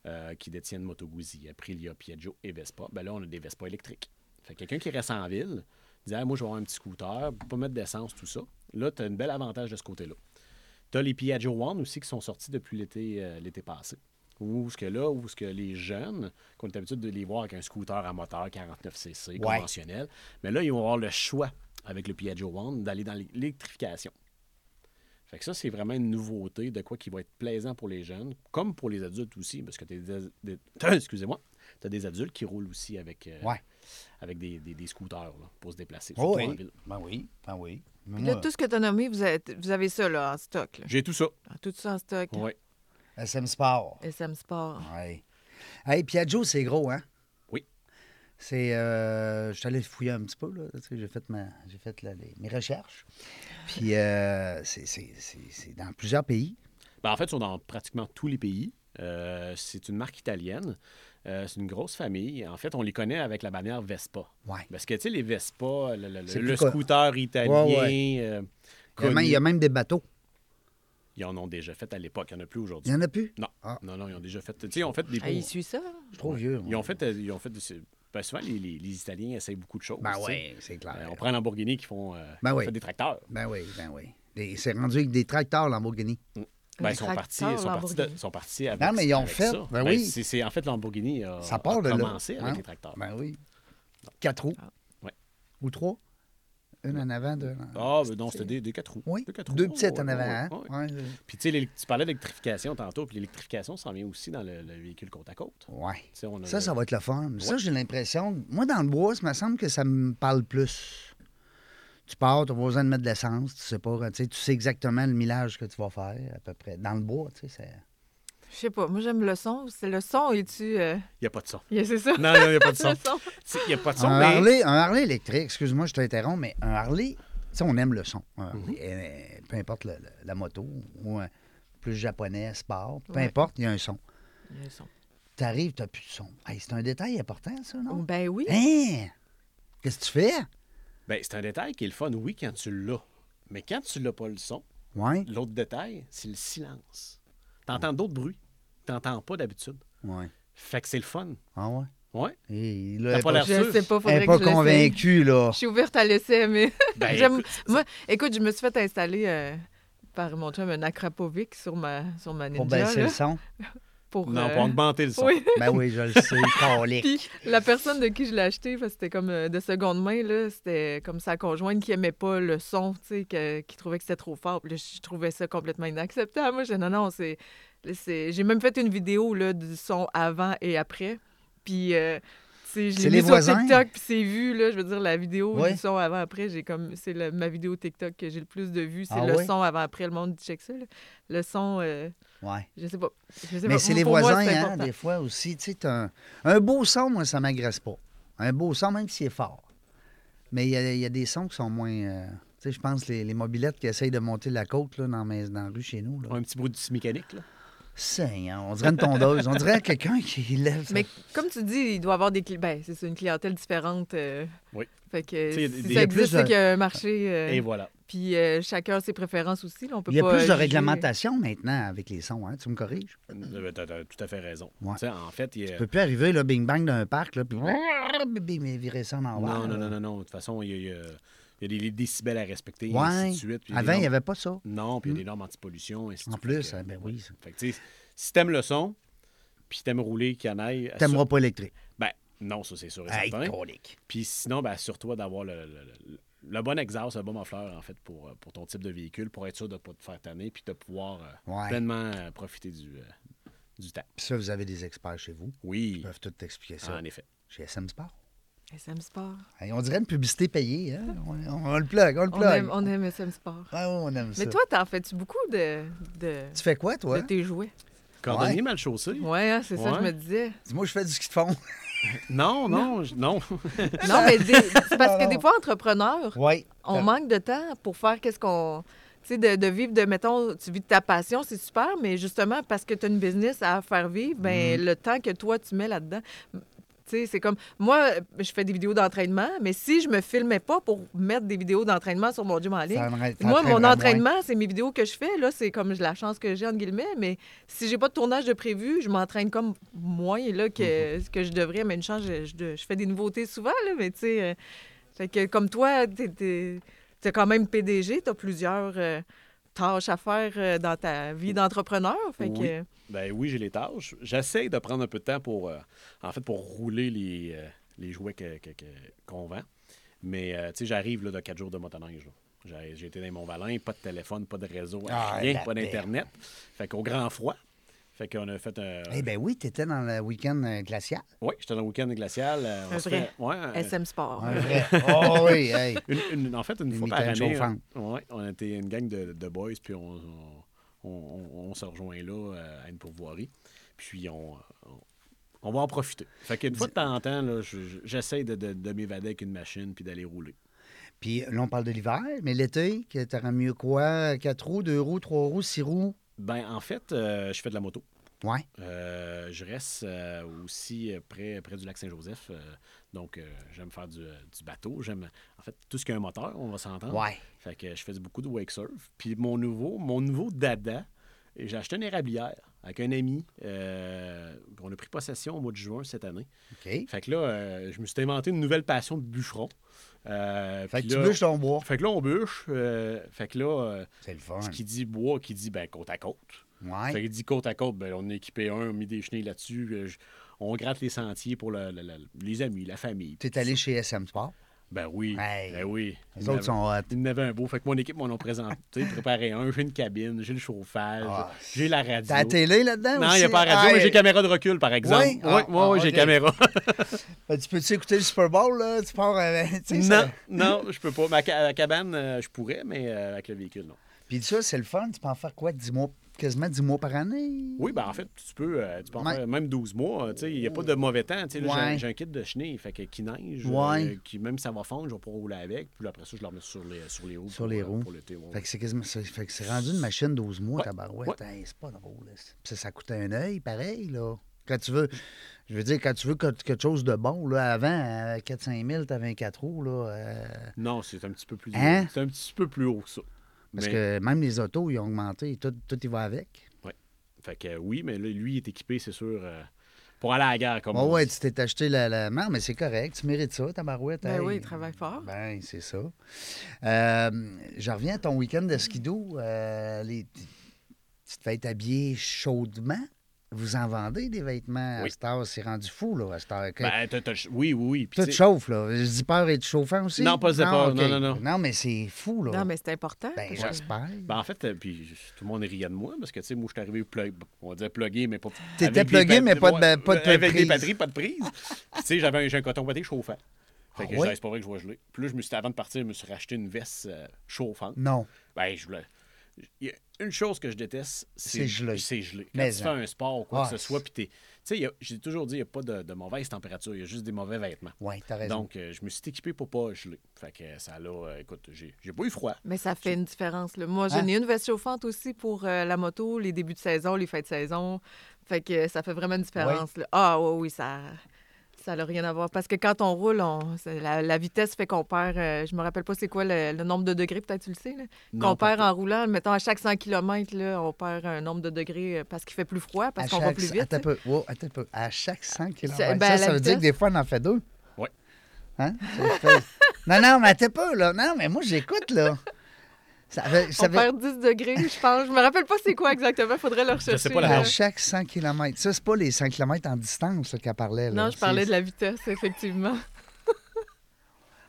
[SPEAKER 4] euh, qui détient Moto Guzzi, Aprilia, Piaggio et Vespa, ben là, on a des Vespa électriques. Fait que quelqu'un qui reste en ville, dit Ah, Moi, je vais avoir un petit scooter, pas mettre d'essence, tout ça. Là, tu as un bel avantage de ce côté-là. Tu as les Piaggio One aussi qui sont sortis depuis l'été euh, l'été passé. Où ce que là, où ce que les jeunes, qu'on est habitué de les voir avec un scooter à moteur 49cc
[SPEAKER 2] Ouais.
[SPEAKER 4] conventionnel, mais là, ils vont avoir le choix avec le Piaggio One d'aller dans l'électrification. Fait que ça, c'est vraiment une nouveauté de quoi qui va être plaisant pour les jeunes, comme pour les adultes aussi, parce que tu excusez-moi, t'as des adultes qui roulent aussi avec, euh,
[SPEAKER 2] Ouais.
[SPEAKER 4] avec des, des- des scooters là, pour se déplacer.
[SPEAKER 2] Oh
[SPEAKER 4] surtout en
[SPEAKER 2] oui.
[SPEAKER 4] ville.
[SPEAKER 2] Ben oui, ben oui. Mais
[SPEAKER 3] Puis là,
[SPEAKER 2] moi,
[SPEAKER 3] tout ce que tu as nommé, vous avez, vous avez ça là, en stock. là.
[SPEAKER 4] J'ai tout ça.
[SPEAKER 3] Ah, Tout ça en stock.
[SPEAKER 4] Ouais.
[SPEAKER 2] SM Sport.
[SPEAKER 3] SM Sport.
[SPEAKER 2] Oui. Hey, Piaggio, c'est gros, hein?
[SPEAKER 4] Oui.
[SPEAKER 2] C'est. euh, je suis allé le fouiller un petit peu, là. Tu sais, J'ai fait, ma, j'ai fait là, les- mes recherches. Puis, euh, c'est, c'est- c'est- c'est dans plusieurs pays.
[SPEAKER 4] Ben, en fait, ils sont dans pratiquement tous les pays. Euh, c'est une marque italienne. Euh, c'est une grosse famille. En fait, on les connaît avec la bannière Vespa.
[SPEAKER 2] Ouais.
[SPEAKER 4] Parce que, tu sais, les Vespa, le, le- le-
[SPEAKER 2] C'est
[SPEAKER 4] le
[SPEAKER 2] plus quoi-
[SPEAKER 4] scooter italien,
[SPEAKER 2] Ouais,
[SPEAKER 4] euh,
[SPEAKER 2] Il y a même-
[SPEAKER 4] connu,
[SPEAKER 2] il y a même des bateaux.
[SPEAKER 4] ils en ont déjà fait à l'époque. Il n'y en a plus aujourd'hui.
[SPEAKER 2] Il n'y en a plus?
[SPEAKER 4] Non.
[SPEAKER 2] Ah.
[SPEAKER 4] non, non, ils ont déjà fait. Tu sais, ils ont fait des.
[SPEAKER 3] Ah, il suit ça?
[SPEAKER 2] Je suis trop vieux.
[SPEAKER 4] Ils
[SPEAKER 2] moi.
[SPEAKER 4] ont fait. euh, Ils ont fait c'est- ben, souvent, les, les- les Italiens essayent beaucoup de choses.
[SPEAKER 2] Ben
[SPEAKER 4] tu sais.
[SPEAKER 2] oui, c'est clair.
[SPEAKER 4] Euh, on prend Lamborghini qui font, euh,
[SPEAKER 2] Ben
[SPEAKER 4] qui
[SPEAKER 2] oui.
[SPEAKER 4] fait des tracteurs.
[SPEAKER 2] Ben oui, ben oui. Des- C'est rendu avec des tracteurs, Lamborghini.
[SPEAKER 3] Des
[SPEAKER 4] Ben, ils sont partis,
[SPEAKER 3] tracteurs
[SPEAKER 4] ils sont partis, de-
[SPEAKER 3] Lamborghini.
[SPEAKER 4] ils sont partis avec
[SPEAKER 2] Non, mais ils ont
[SPEAKER 4] avec
[SPEAKER 2] fait,
[SPEAKER 4] ça.
[SPEAKER 2] ben oui.
[SPEAKER 4] c'est- c'est- en fait, Lamborghini a,
[SPEAKER 2] Ça part
[SPEAKER 4] a
[SPEAKER 2] de là.
[SPEAKER 4] commencé avec
[SPEAKER 2] hein?
[SPEAKER 4] les tracteurs.
[SPEAKER 2] Ben oui. Quatre roues.
[SPEAKER 4] Ah. Ouais.
[SPEAKER 2] Ou trois. Une en avant, deux en
[SPEAKER 4] Ah, ben non, c'était des, des quatre roues.
[SPEAKER 2] Oui,
[SPEAKER 4] Des quatre
[SPEAKER 2] deux
[SPEAKER 4] roues,
[SPEAKER 2] petites
[SPEAKER 4] ouais,
[SPEAKER 2] en
[SPEAKER 4] ouais,
[SPEAKER 2] avant.
[SPEAKER 4] ouais, ouais.
[SPEAKER 2] hein? Ouais.
[SPEAKER 4] Puis, tu sais, l'éle- tu parlais d'électrification tantôt, puis l'électrification s'en vient aussi dans le, le véhicule côte à côte.
[SPEAKER 2] euh, Ouais.
[SPEAKER 4] Tu sais, on a
[SPEAKER 2] Ça,
[SPEAKER 4] le-
[SPEAKER 2] ça va être le fun. Ça, j'ai l'impression. Moi, dans le bois, ça me semble que ça me parle plus. Tu pars, tu as besoin de mettre de l'essence, tu sais pas, tu sais, tu sais exactement le millage que tu vas faire, à peu près. Dans le bois, tu sais, c'est-
[SPEAKER 3] Je sais pas. Moi, j'aime le son. C'est le son et tu. euh, *laughs*
[SPEAKER 4] Il n'y a pas de son.
[SPEAKER 3] yeah, c'est ça?
[SPEAKER 4] Non, non, il n'y
[SPEAKER 3] *laughs*
[SPEAKER 4] a pas de son.
[SPEAKER 3] Le son.
[SPEAKER 4] Tu sais, Il n'y a pas de son,
[SPEAKER 2] Un,
[SPEAKER 4] mais...
[SPEAKER 2] Harley, un Harley électrique, excuse-moi, je t'interromps, mais un Harley, tu sais, on aime le son. Un
[SPEAKER 4] Mhm.
[SPEAKER 2] Harley, euh, peu importe le- le- la moto, ou un plus japonais, sport, peu
[SPEAKER 3] Ouais.
[SPEAKER 2] importe, il y a un son.
[SPEAKER 3] Il y a un son.
[SPEAKER 2] T'arrives, t'as plus de son. Hey, c'est un détail important, ça, non?
[SPEAKER 3] Ben oui.
[SPEAKER 2] Hein? Qu'est-ce que tu fais?
[SPEAKER 4] Ben, c'est un détail qui est le fun, oui, quand tu l'as. Mais quand tu l'as pas le son,
[SPEAKER 2] Ouais,
[SPEAKER 4] l'autre détail, c'est le silence. Tu entends d'autres bruits. Tu n'entends pas d'habitude.
[SPEAKER 2] ouais.
[SPEAKER 4] Fait que c'est le fun.
[SPEAKER 2] Ah ouais?
[SPEAKER 4] Ouais.
[SPEAKER 2] Et il
[SPEAKER 4] T'as
[SPEAKER 2] a
[SPEAKER 4] pas l'air
[SPEAKER 3] Je
[SPEAKER 4] sûr.
[SPEAKER 3] sais pas,
[SPEAKER 2] Elle
[SPEAKER 3] faudrait
[SPEAKER 2] est pas
[SPEAKER 3] que je l'essaye.
[SPEAKER 2] convaincue, là.
[SPEAKER 3] Je suis ouverte à l'essai, mais
[SPEAKER 4] *laughs* *laughs* Ben,
[SPEAKER 3] j'aime.
[SPEAKER 4] écoute,
[SPEAKER 3] Moi, écoute, je me suis fait installer euh, par mon chum un Akrapovic sur ma, sur ma Ninja.
[SPEAKER 2] Pour baisser le
[SPEAKER 3] là, *laughs*
[SPEAKER 2] son.
[SPEAKER 3] pour,
[SPEAKER 4] Non,
[SPEAKER 3] euh,
[SPEAKER 4] pour augmenter le son.
[SPEAKER 3] Oui.
[SPEAKER 2] Ben oui, je le
[SPEAKER 3] *laughs*
[SPEAKER 2] sais, colique.
[SPEAKER 3] Puis la personne de qui je l'ai acheté, parce que c'était comme euh, de seconde main, là, c'était comme sa conjointe qui aimait pas le son, tu sais, que- qui trouvait que c'était trop fort. Puis là, je trouvais ça complètement inacceptable. Moi, j'ai non, non, c'est. c'est- J'ai même fait une vidéo là, du son avant et après. Puis. euh, tu sais, je
[SPEAKER 2] C'est
[SPEAKER 3] l'ai
[SPEAKER 2] les
[SPEAKER 3] mis sur
[SPEAKER 2] voisins?
[SPEAKER 3] TikTok, puis c'est vu, là, je veux dire, la vidéo
[SPEAKER 2] Ouais.
[SPEAKER 3] du son avant-après, j'ai comme, c'est la- ma vidéo TikTok que j'ai le plus de vues, c'est
[SPEAKER 2] Ah
[SPEAKER 3] le
[SPEAKER 2] ouais?
[SPEAKER 3] son avant-après, le monde check ça, là. le son, euh,
[SPEAKER 2] Ouais.
[SPEAKER 3] je sais pas, Je
[SPEAKER 2] Mais
[SPEAKER 3] sais pas.
[SPEAKER 2] c'est les
[SPEAKER 3] Pour moi,
[SPEAKER 2] voisins,
[SPEAKER 3] c'est
[SPEAKER 2] hein,
[SPEAKER 3] important.
[SPEAKER 2] des fois aussi. Tu sais, t'as un, un beau son, moi, ça m'agresse pas. Un beau son, même s'il est fort. Mais il y a, il y a des sons qui sont moins. euh, tu sais, je pense les, les mobilettes qui essayent de monter la côte là, dans, mes- dans la rue chez nous. Là.
[SPEAKER 4] Un petit bruit du mécanique, là.
[SPEAKER 2] Seigneur, on dirait une tondeuse. on dirait quelqu'un qui lève. sa-
[SPEAKER 3] Mais comme tu dis, il doit avoir des cli- ben, c'est ça, une clientèle différente. euh,
[SPEAKER 4] Oui.
[SPEAKER 3] Fait que
[SPEAKER 4] Tu sais, il y
[SPEAKER 3] si
[SPEAKER 4] a des-
[SPEAKER 3] ça
[SPEAKER 2] il y a plus
[SPEAKER 3] existe, c'est
[SPEAKER 2] de-
[SPEAKER 3] qu'il y a un marché. euh,
[SPEAKER 4] Et voilà.
[SPEAKER 3] Puis euh, chacun ses préférences aussi. là, on peut
[SPEAKER 2] il y a
[SPEAKER 3] pas
[SPEAKER 2] plus de
[SPEAKER 3] juger.
[SPEAKER 2] réglementation maintenant avec les sons, hein, tu me corriges?
[SPEAKER 4] Euh, T'as t'as tout à fait raison.
[SPEAKER 2] Ouais.
[SPEAKER 4] Tu sais, En fait, il y a-
[SPEAKER 2] Tu peux plus arriver, là, bing-bang d'un parc, là, puis bing, mais virer ça en envers. là.
[SPEAKER 4] Non, non, non, non, non. De toute façon, il y a, il y a- il y a des, des décibels à respecter, et
[SPEAKER 2] Ouais.
[SPEAKER 4] ainsi de suite. Puis
[SPEAKER 2] Avant, il
[SPEAKER 4] des
[SPEAKER 2] n'y
[SPEAKER 4] normes-
[SPEAKER 2] avait pas ça.
[SPEAKER 4] Non, puis il y a des normes anti-pollution, et ainsi de
[SPEAKER 2] En
[SPEAKER 4] suite.
[SPEAKER 2] plus,
[SPEAKER 4] Fait que-
[SPEAKER 2] hein, ben oui, ça.
[SPEAKER 4] Fait que, tu sais, si t'aimes le son, Puis si t'aimes rouler, canaille.
[SPEAKER 2] T'aimeras pas électrique.
[SPEAKER 4] Ben, non, ça, c'est sûr et
[SPEAKER 2] Hey,
[SPEAKER 4] certain.
[SPEAKER 2] colique.
[SPEAKER 4] Puis sinon, ben, assure-toi d'avoir le, le- le- le bon exhaust, le bon muffler, en fait, pour, euh, pour ton type de véhicule, pour être sûr de ne pas te faire tanner, puis de pouvoir euh,
[SPEAKER 2] Ouais.
[SPEAKER 4] pleinement euh, profiter du, euh, du temps.
[SPEAKER 2] Puis ça, vous avez des experts chez vous. Ils
[SPEAKER 4] Oui,
[SPEAKER 2] peuvent tout t'expliquer Ben, ça.
[SPEAKER 4] en effet.
[SPEAKER 2] Chez SM Sport.
[SPEAKER 3] SM Sport.
[SPEAKER 2] Hey, on dirait une publicité payée. Hein? On, on- on le plug, on le
[SPEAKER 3] On
[SPEAKER 2] plug.
[SPEAKER 3] aime, on aime SM Sport.
[SPEAKER 2] Ouais, ouais, on aime ça.
[SPEAKER 3] Mais toi, t'en fais-tu beaucoup de, de,
[SPEAKER 2] tu fais quoi, toi?
[SPEAKER 3] de tes jouets?
[SPEAKER 4] Cordonnier
[SPEAKER 2] Ouais.
[SPEAKER 4] mal chaussé?
[SPEAKER 3] Ouais, hein, c'est ça, je me
[SPEAKER 4] Ouais. *laughs*
[SPEAKER 3] disais.
[SPEAKER 2] Moi, je fais du ski de fond.
[SPEAKER 4] Non, non, je- non.
[SPEAKER 3] Non, mais des- c'est parce que
[SPEAKER 2] Non,
[SPEAKER 3] des
[SPEAKER 2] non.
[SPEAKER 3] fois, entrepreneur,
[SPEAKER 2] oui.
[SPEAKER 3] on manque de temps pour faire qu'est-ce qu'on. Tu sais, de, de vivre de, mettons, tu vis de ta passion, c'est super, mais justement, parce que tu as une business à faire vivre, ben, le temps que toi, tu mets là-dedans. Tu sais, c'est comme. Moi, je fais des vidéos d'entraînement, mais si je me filmais pas pour mettre des vidéos d'entraînement sur mon gym en ligne, moi, mon entraînement, c'est mes vidéos que je fais. Là, c'est comme la chance que j'ai, entre guillemets. Mais si j'ai pas de tournage de prévu, je m'entraîne comme moins là, que, que je devrais. Mais une chance, je, je- je fais des nouveautés souvent. Là, mais tu sais, euh, fait que comme toi, t'es, t'es- t'es quand même PDG. T'as plusieurs euh, tâches à faire euh, dans ta vie d'entrepreneur. Fait que,
[SPEAKER 4] Oui.
[SPEAKER 3] euh,
[SPEAKER 4] Ben oui, j'ai les tâches. J'essaie de prendre un peu de temps pour, euh, en fait, pour rouler les, euh, les jouets que- que- que- qu'on vend. Mais, euh, tu sais, j'arrive là, de quatre jours de motoneige. là. J'ai j'ai été dans mon valin, pas de téléphone, pas de réseau,
[SPEAKER 2] Ah,
[SPEAKER 4] rien,
[SPEAKER 2] la
[SPEAKER 4] pas
[SPEAKER 2] paix.
[SPEAKER 4] d'Internet. Fait qu'au grand froid, fait qu'on a fait un...
[SPEAKER 2] Eh bien oui, tu étais dans le week-end euh, glacial.
[SPEAKER 4] Oui, j'étais dans le week-end glacial. euh, on
[SPEAKER 3] Un
[SPEAKER 4] se
[SPEAKER 3] vrai.
[SPEAKER 4] fait- ouais, un-
[SPEAKER 3] SM Sport.
[SPEAKER 2] Un
[SPEAKER 4] *laughs*
[SPEAKER 2] vrai. Oh oui, hey.
[SPEAKER 4] une- une- en fait, une
[SPEAKER 2] Une
[SPEAKER 4] fois par
[SPEAKER 2] mitaine
[SPEAKER 4] année,
[SPEAKER 2] chauffante.
[SPEAKER 4] on, ouais, on était une gang de, de boys, puis on, on, on- on se rejoint là euh, à une pourvoirie. Puis on, on, on va en profiter. Fait qu'une fois de temps en temps, là, je- je- j'essaie de, de- de m'évader avec une machine puis d'aller rouler.
[SPEAKER 2] Puis là, on parle de l'hiver, mais l'été, que t'aurais mieux quoi? Quatre roues, deux roues, trois roues, six roues?
[SPEAKER 4] Ben, en fait, euh, je fais de la moto.
[SPEAKER 2] Ouais.
[SPEAKER 4] Euh, je reste euh, aussi euh, près, près du lac Saint-Joseph. euh, donc, euh, j'aime faire du, euh, du bateau. J'aime, en fait, tout ce qui a un moteur, on va s'entendre.
[SPEAKER 2] Ouais.
[SPEAKER 4] Fait que je faisais beaucoup de wake surf. Puis mon nouveau, mon nouveau dada, j'ai acheté une érablière avec un ami. euh, on a pris possession au mois de juin cette année.
[SPEAKER 2] OK. Fait
[SPEAKER 4] Fait que là, euh, je me suis inventé une nouvelle passion de bûcheron. Euh,
[SPEAKER 2] que
[SPEAKER 4] puis
[SPEAKER 2] tu
[SPEAKER 4] là-
[SPEAKER 2] bûches ton bois.
[SPEAKER 4] Fait que là, on bûche. euh, fait que là, euh,
[SPEAKER 2] C'est le fun.
[SPEAKER 4] ce qui dit bois, qui dit ben, côte à côte. Fait
[SPEAKER 2] Ouais.
[SPEAKER 4] qu'il dit côte à côte, ben, on a équipé un, on a mis des chenilles là-dessus. euh, je- on gratte les sentiers pour le- le- le- les amis, la famille.
[SPEAKER 2] Tu es allé chez SM Sport.
[SPEAKER 4] Ben oui.
[SPEAKER 2] Hey.
[SPEAKER 4] Ben oui.
[SPEAKER 2] Les autres sont hot.
[SPEAKER 4] Il y en avait un beau. Fait que mon équipe m'en a présenté, *laughs* préparé un. J'ai une cabine, j'ai le chauffage,
[SPEAKER 2] Ah,
[SPEAKER 4] j'ai la radio.
[SPEAKER 2] T'as la télé là-dedans?
[SPEAKER 4] Non, il
[SPEAKER 2] aussi?
[SPEAKER 4] n'y a pas la radio,
[SPEAKER 2] Ah,
[SPEAKER 4] mais j'ai caméra de recul, par exemple.
[SPEAKER 2] Oui?
[SPEAKER 4] Oui,
[SPEAKER 2] Ah,
[SPEAKER 4] oui,
[SPEAKER 2] ah,
[SPEAKER 4] oui, j'ai
[SPEAKER 2] ok.
[SPEAKER 4] caméra.
[SPEAKER 2] Ben, tu peux-tu écouter le Super Bowl, là? Tu pars avec... *laughs* tu sais, ça-
[SPEAKER 4] non, *laughs* non, je peux pas. Ma ca- la cabane, euh, je pourrais, mais euh, avec le véhicule, non.
[SPEAKER 2] Puis ça, c'est le fun. Tu peux en faire quoi? 10 mois, quasiment 10 mois par année?
[SPEAKER 4] Oui, ben en fait, tu peux, euh, tu peux en
[SPEAKER 2] Ouais.
[SPEAKER 4] faire même 12 mois. euh, tu sais, Il n'y a pas de mauvais temps. tu sais, là, j'ai un-
[SPEAKER 2] Ouais.
[SPEAKER 4] J'ai un kit de chenille, fait que qui neige,
[SPEAKER 2] Ouais.
[SPEAKER 4] euh, qui même si ça va fondre, je vais pas rouler avec. Puis après ça, je le remets sur les, sur les roues.
[SPEAKER 2] Sur
[SPEAKER 4] pour,
[SPEAKER 2] les
[SPEAKER 4] euh,
[SPEAKER 2] roues.
[SPEAKER 4] Pour l'été, ouais.
[SPEAKER 2] Fait que c'est quasiment. c'est- Fait que c'est rendu une machine 12 mois,
[SPEAKER 4] Ouais,
[SPEAKER 2] tabarouette. Hey, c'est pas drôle. là. Puis ça, ça coûtait un œil, pareil, là. Quand tu veux. Je veux dire, quand tu veux que- quelque chose de bon, là, avant, euh, à 4-5 000, t'as 24 roues, là. euh,
[SPEAKER 4] Non, c'est un petit peu plus
[SPEAKER 2] Hein?
[SPEAKER 4] C'est un petit peu plus haut que ça.
[SPEAKER 2] parce
[SPEAKER 4] Mais-
[SPEAKER 2] que même les autos, ils ont augmenté. Tout, tout y va avec.
[SPEAKER 4] Fait que euh, oui, mais là, lui, il est équipé, c'est sûr, euh, pour aller à la guerre, comme
[SPEAKER 2] Bon,
[SPEAKER 4] on
[SPEAKER 2] Bah ouais,
[SPEAKER 4] dit.
[SPEAKER 2] tu t'es acheté la, la marre, mais c'est correct. Tu mérites ça, tabarouette.
[SPEAKER 3] Ben
[SPEAKER 2] hey.
[SPEAKER 3] oui, il travaille fort.
[SPEAKER 2] Ben, c'est ça. Euh, je reviens à ton week-end de skido. Euh, les... Tu te fais t'habiller chaudement. Vous en vendez des vêtements à
[SPEAKER 4] Oui.
[SPEAKER 2] cette heure, c'est rendu fou, là, à cette heure. Que-
[SPEAKER 4] Ben, t'as- t'as- oui, oui, oui. puis
[SPEAKER 2] Tout
[SPEAKER 4] tu sais-
[SPEAKER 2] chauffe, là. Je dis peur et chauffant aussi.
[SPEAKER 4] Non, pas de peur.
[SPEAKER 2] ok.
[SPEAKER 4] Non, non, non.
[SPEAKER 2] mais c'est fou, là.
[SPEAKER 3] Non, mais c'est important.
[SPEAKER 2] Ben,
[SPEAKER 3] parce que-
[SPEAKER 2] j'espère.
[SPEAKER 4] Ben, en fait, euh, puis je- tout le monde riait de moi parce que, tu sais, moi, je suis arrivé, plug, on disait plugué, mais pas.
[SPEAKER 2] T'étais
[SPEAKER 4] avec des
[SPEAKER 2] plugué,
[SPEAKER 4] pat-
[SPEAKER 2] mais pas de-
[SPEAKER 4] ouais,
[SPEAKER 2] pas de
[SPEAKER 4] Avec des
[SPEAKER 2] prise.
[SPEAKER 4] batteries, pas de prise. Puis, tu sais, j'avais un, j'ai un coton batté chauffant. Fait
[SPEAKER 2] Ah
[SPEAKER 4] que
[SPEAKER 2] ouais?
[SPEAKER 4] je dis, c'est pas vrai que je vais geler. Puis là, je me suis, avant de partir, je me suis racheté une veste euh, chauffante.
[SPEAKER 2] Non.
[SPEAKER 4] Ben, je voulais. Il y a une chose que je déteste,
[SPEAKER 2] C'est
[SPEAKER 4] c'est
[SPEAKER 2] gelé.
[SPEAKER 4] C'est gelé. Quand
[SPEAKER 2] Mais
[SPEAKER 4] tu
[SPEAKER 2] en-
[SPEAKER 4] fais un sport ou quoi
[SPEAKER 2] Ah,
[SPEAKER 4] que ce soit, puis t'es. Tu sais, il y a- j'ai toujours dit, il n'y a pas de, de mauvaise température, il y a juste des mauvais vêtements.
[SPEAKER 2] Oui, t'as raison.
[SPEAKER 4] Donc, euh, je me suis équipé pour pas geler. Fait que euh, ça là, euh, écoute, j'ai j'ai pas eu froid.
[SPEAKER 3] Mais ça fait une différence. Là. Moi, j'en
[SPEAKER 2] Hein?
[SPEAKER 3] ai une veste chauffante aussi pour euh, la moto, les débuts de saison, les fêtes de saison. Fait que euh, ça fait vraiment une différence. là. Ah oui, oui, ça ça n'a rien à voir. Parce que quand on roule, on, c'est- la, la vitesse fait qu'on perd, euh, je me rappelle pas c'est quoi le, le nombre de degrés, peut-être tu le sais, là,
[SPEAKER 4] Non,
[SPEAKER 3] qu'on perd
[SPEAKER 4] parfait.
[SPEAKER 3] en roulant. Mettons, à chaque 100 km, là, on perd un nombre de degrés euh, parce qu'il fait plus froid, parce
[SPEAKER 2] À
[SPEAKER 3] qu'on va
[SPEAKER 2] chaque-
[SPEAKER 3] plus vite.
[SPEAKER 2] Attends un peu. Wow, attends un peu. À chaque 100 km.
[SPEAKER 3] C'est- ben,
[SPEAKER 2] ça,
[SPEAKER 3] à
[SPEAKER 2] ça
[SPEAKER 3] la
[SPEAKER 2] veut dire que des
[SPEAKER 3] vitesse-
[SPEAKER 2] fois, on en fait deux.
[SPEAKER 4] Ouais.
[SPEAKER 2] Hein? Ça fait- non, non, mais attends pas, là. Non, mais moi, j'écoute, là. Ça avait- ça
[SPEAKER 3] on
[SPEAKER 2] avait-
[SPEAKER 3] perd 10 degrés, je pense. Je me rappelle pas c'est quoi exactement. Faudrait le rechercher.
[SPEAKER 4] sais pas la
[SPEAKER 3] là.
[SPEAKER 2] à chaque 100 km. Ça, c'est pas les 100 km en distance là, qu'elle parlait. là.
[SPEAKER 3] Non, je
[SPEAKER 2] C'est-
[SPEAKER 3] parlais de la vitesse, effectivement.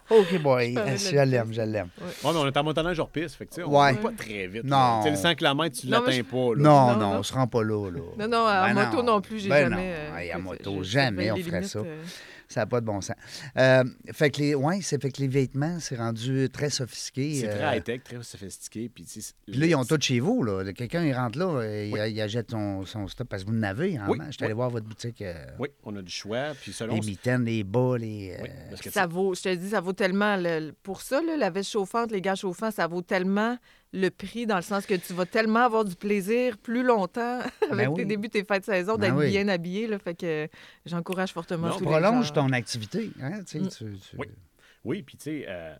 [SPEAKER 2] OK, boy.
[SPEAKER 3] je parlais de la
[SPEAKER 2] Je l'aime,
[SPEAKER 3] vitesse.
[SPEAKER 2] je l'aime.
[SPEAKER 4] Ouais, mais on est en montagnage hors piste, fait que, tu sais, on
[SPEAKER 2] Ouais.
[SPEAKER 4] va pas très vite.
[SPEAKER 2] Non.
[SPEAKER 4] Tu sais, le 100 km, tu
[SPEAKER 3] Non, mais
[SPEAKER 4] l'atteins
[SPEAKER 3] je-
[SPEAKER 2] Non,
[SPEAKER 4] pas. Là.
[SPEAKER 2] non,
[SPEAKER 3] Non, non.
[SPEAKER 2] on se rend pas là. là.
[SPEAKER 3] Non, non, à
[SPEAKER 2] Ben
[SPEAKER 3] moto non plus, j'ai
[SPEAKER 2] Ben
[SPEAKER 3] jamais.
[SPEAKER 2] non.
[SPEAKER 3] euh,
[SPEAKER 2] Hey, à
[SPEAKER 3] écoute,
[SPEAKER 2] moto,
[SPEAKER 3] je- je
[SPEAKER 2] jamais
[SPEAKER 3] savais
[SPEAKER 2] on
[SPEAKER 3] les
[SPEAKER 2] ferait
[SPEAKER 3] limites,
[SPEAKER 2] ça.
[SPEAKER 3] euh,
[SPEAKER 2] Ça n'a pas de bon sens. Euh, fait que les, ouais, c'est fait que les vêtements, c'est rendu très sophistiqué.
[SPEAKER 4] C'est
[SPEAKER 2] euh,
[SPEAKER 4] très high-tech, très sophistiqué. Puis, tu sais,
[SPEAKER 2] Puis là, ils ont tout chez vous. là. Quelqu'un, il rentre là, euh, il, il achète son, son stock parce que vous en avez. en
[SPEAKER 4] Oui,
[SPEAKER 2] main. Je suis allé
[SPEAKER 4] oui.
[SPEAKER 2] voir votre boutique. euh,
[SPEAKER 4] Oui, on a du choix. Puis selon.
[SPEAKER 2] les mitaines, les bas, les. euh,
[SPEAKER 4] Oui, parce que,
[SPEAKER 3] Ça vaut, je te dis, ça vaut tellement. le- le- pour ça, là, la veste chauffante, les gants chauffants, ça vaut tellement le prix, dans le sens que tu vas tellement avoir du plaisir plus longtemps *laughs*
[SPEAKER 2] Ben
[SPEAKER 3] avec
[SPEAKER 2] oui.
[SPEAKER 3] tes débuts, tes fêtes de saison,
[SPEAKER 2] Ben
[SPEAKER 3] d'être
[SPEAKER 2] oui.
[SPEAKER 3] bien habillé. Là, fait que j'encourage fortement
[SPEAKER 4] Non,
[SPEAKER 3] tous les
[SPEAKER 2] Prolonge
[SPEAKER 3] gens.
[SPEAKER 2] ton activité. Hein, tu sais, tu- tu-
[SPEAKER 4] Mm. Oui. Oui, puis tu sais, euh,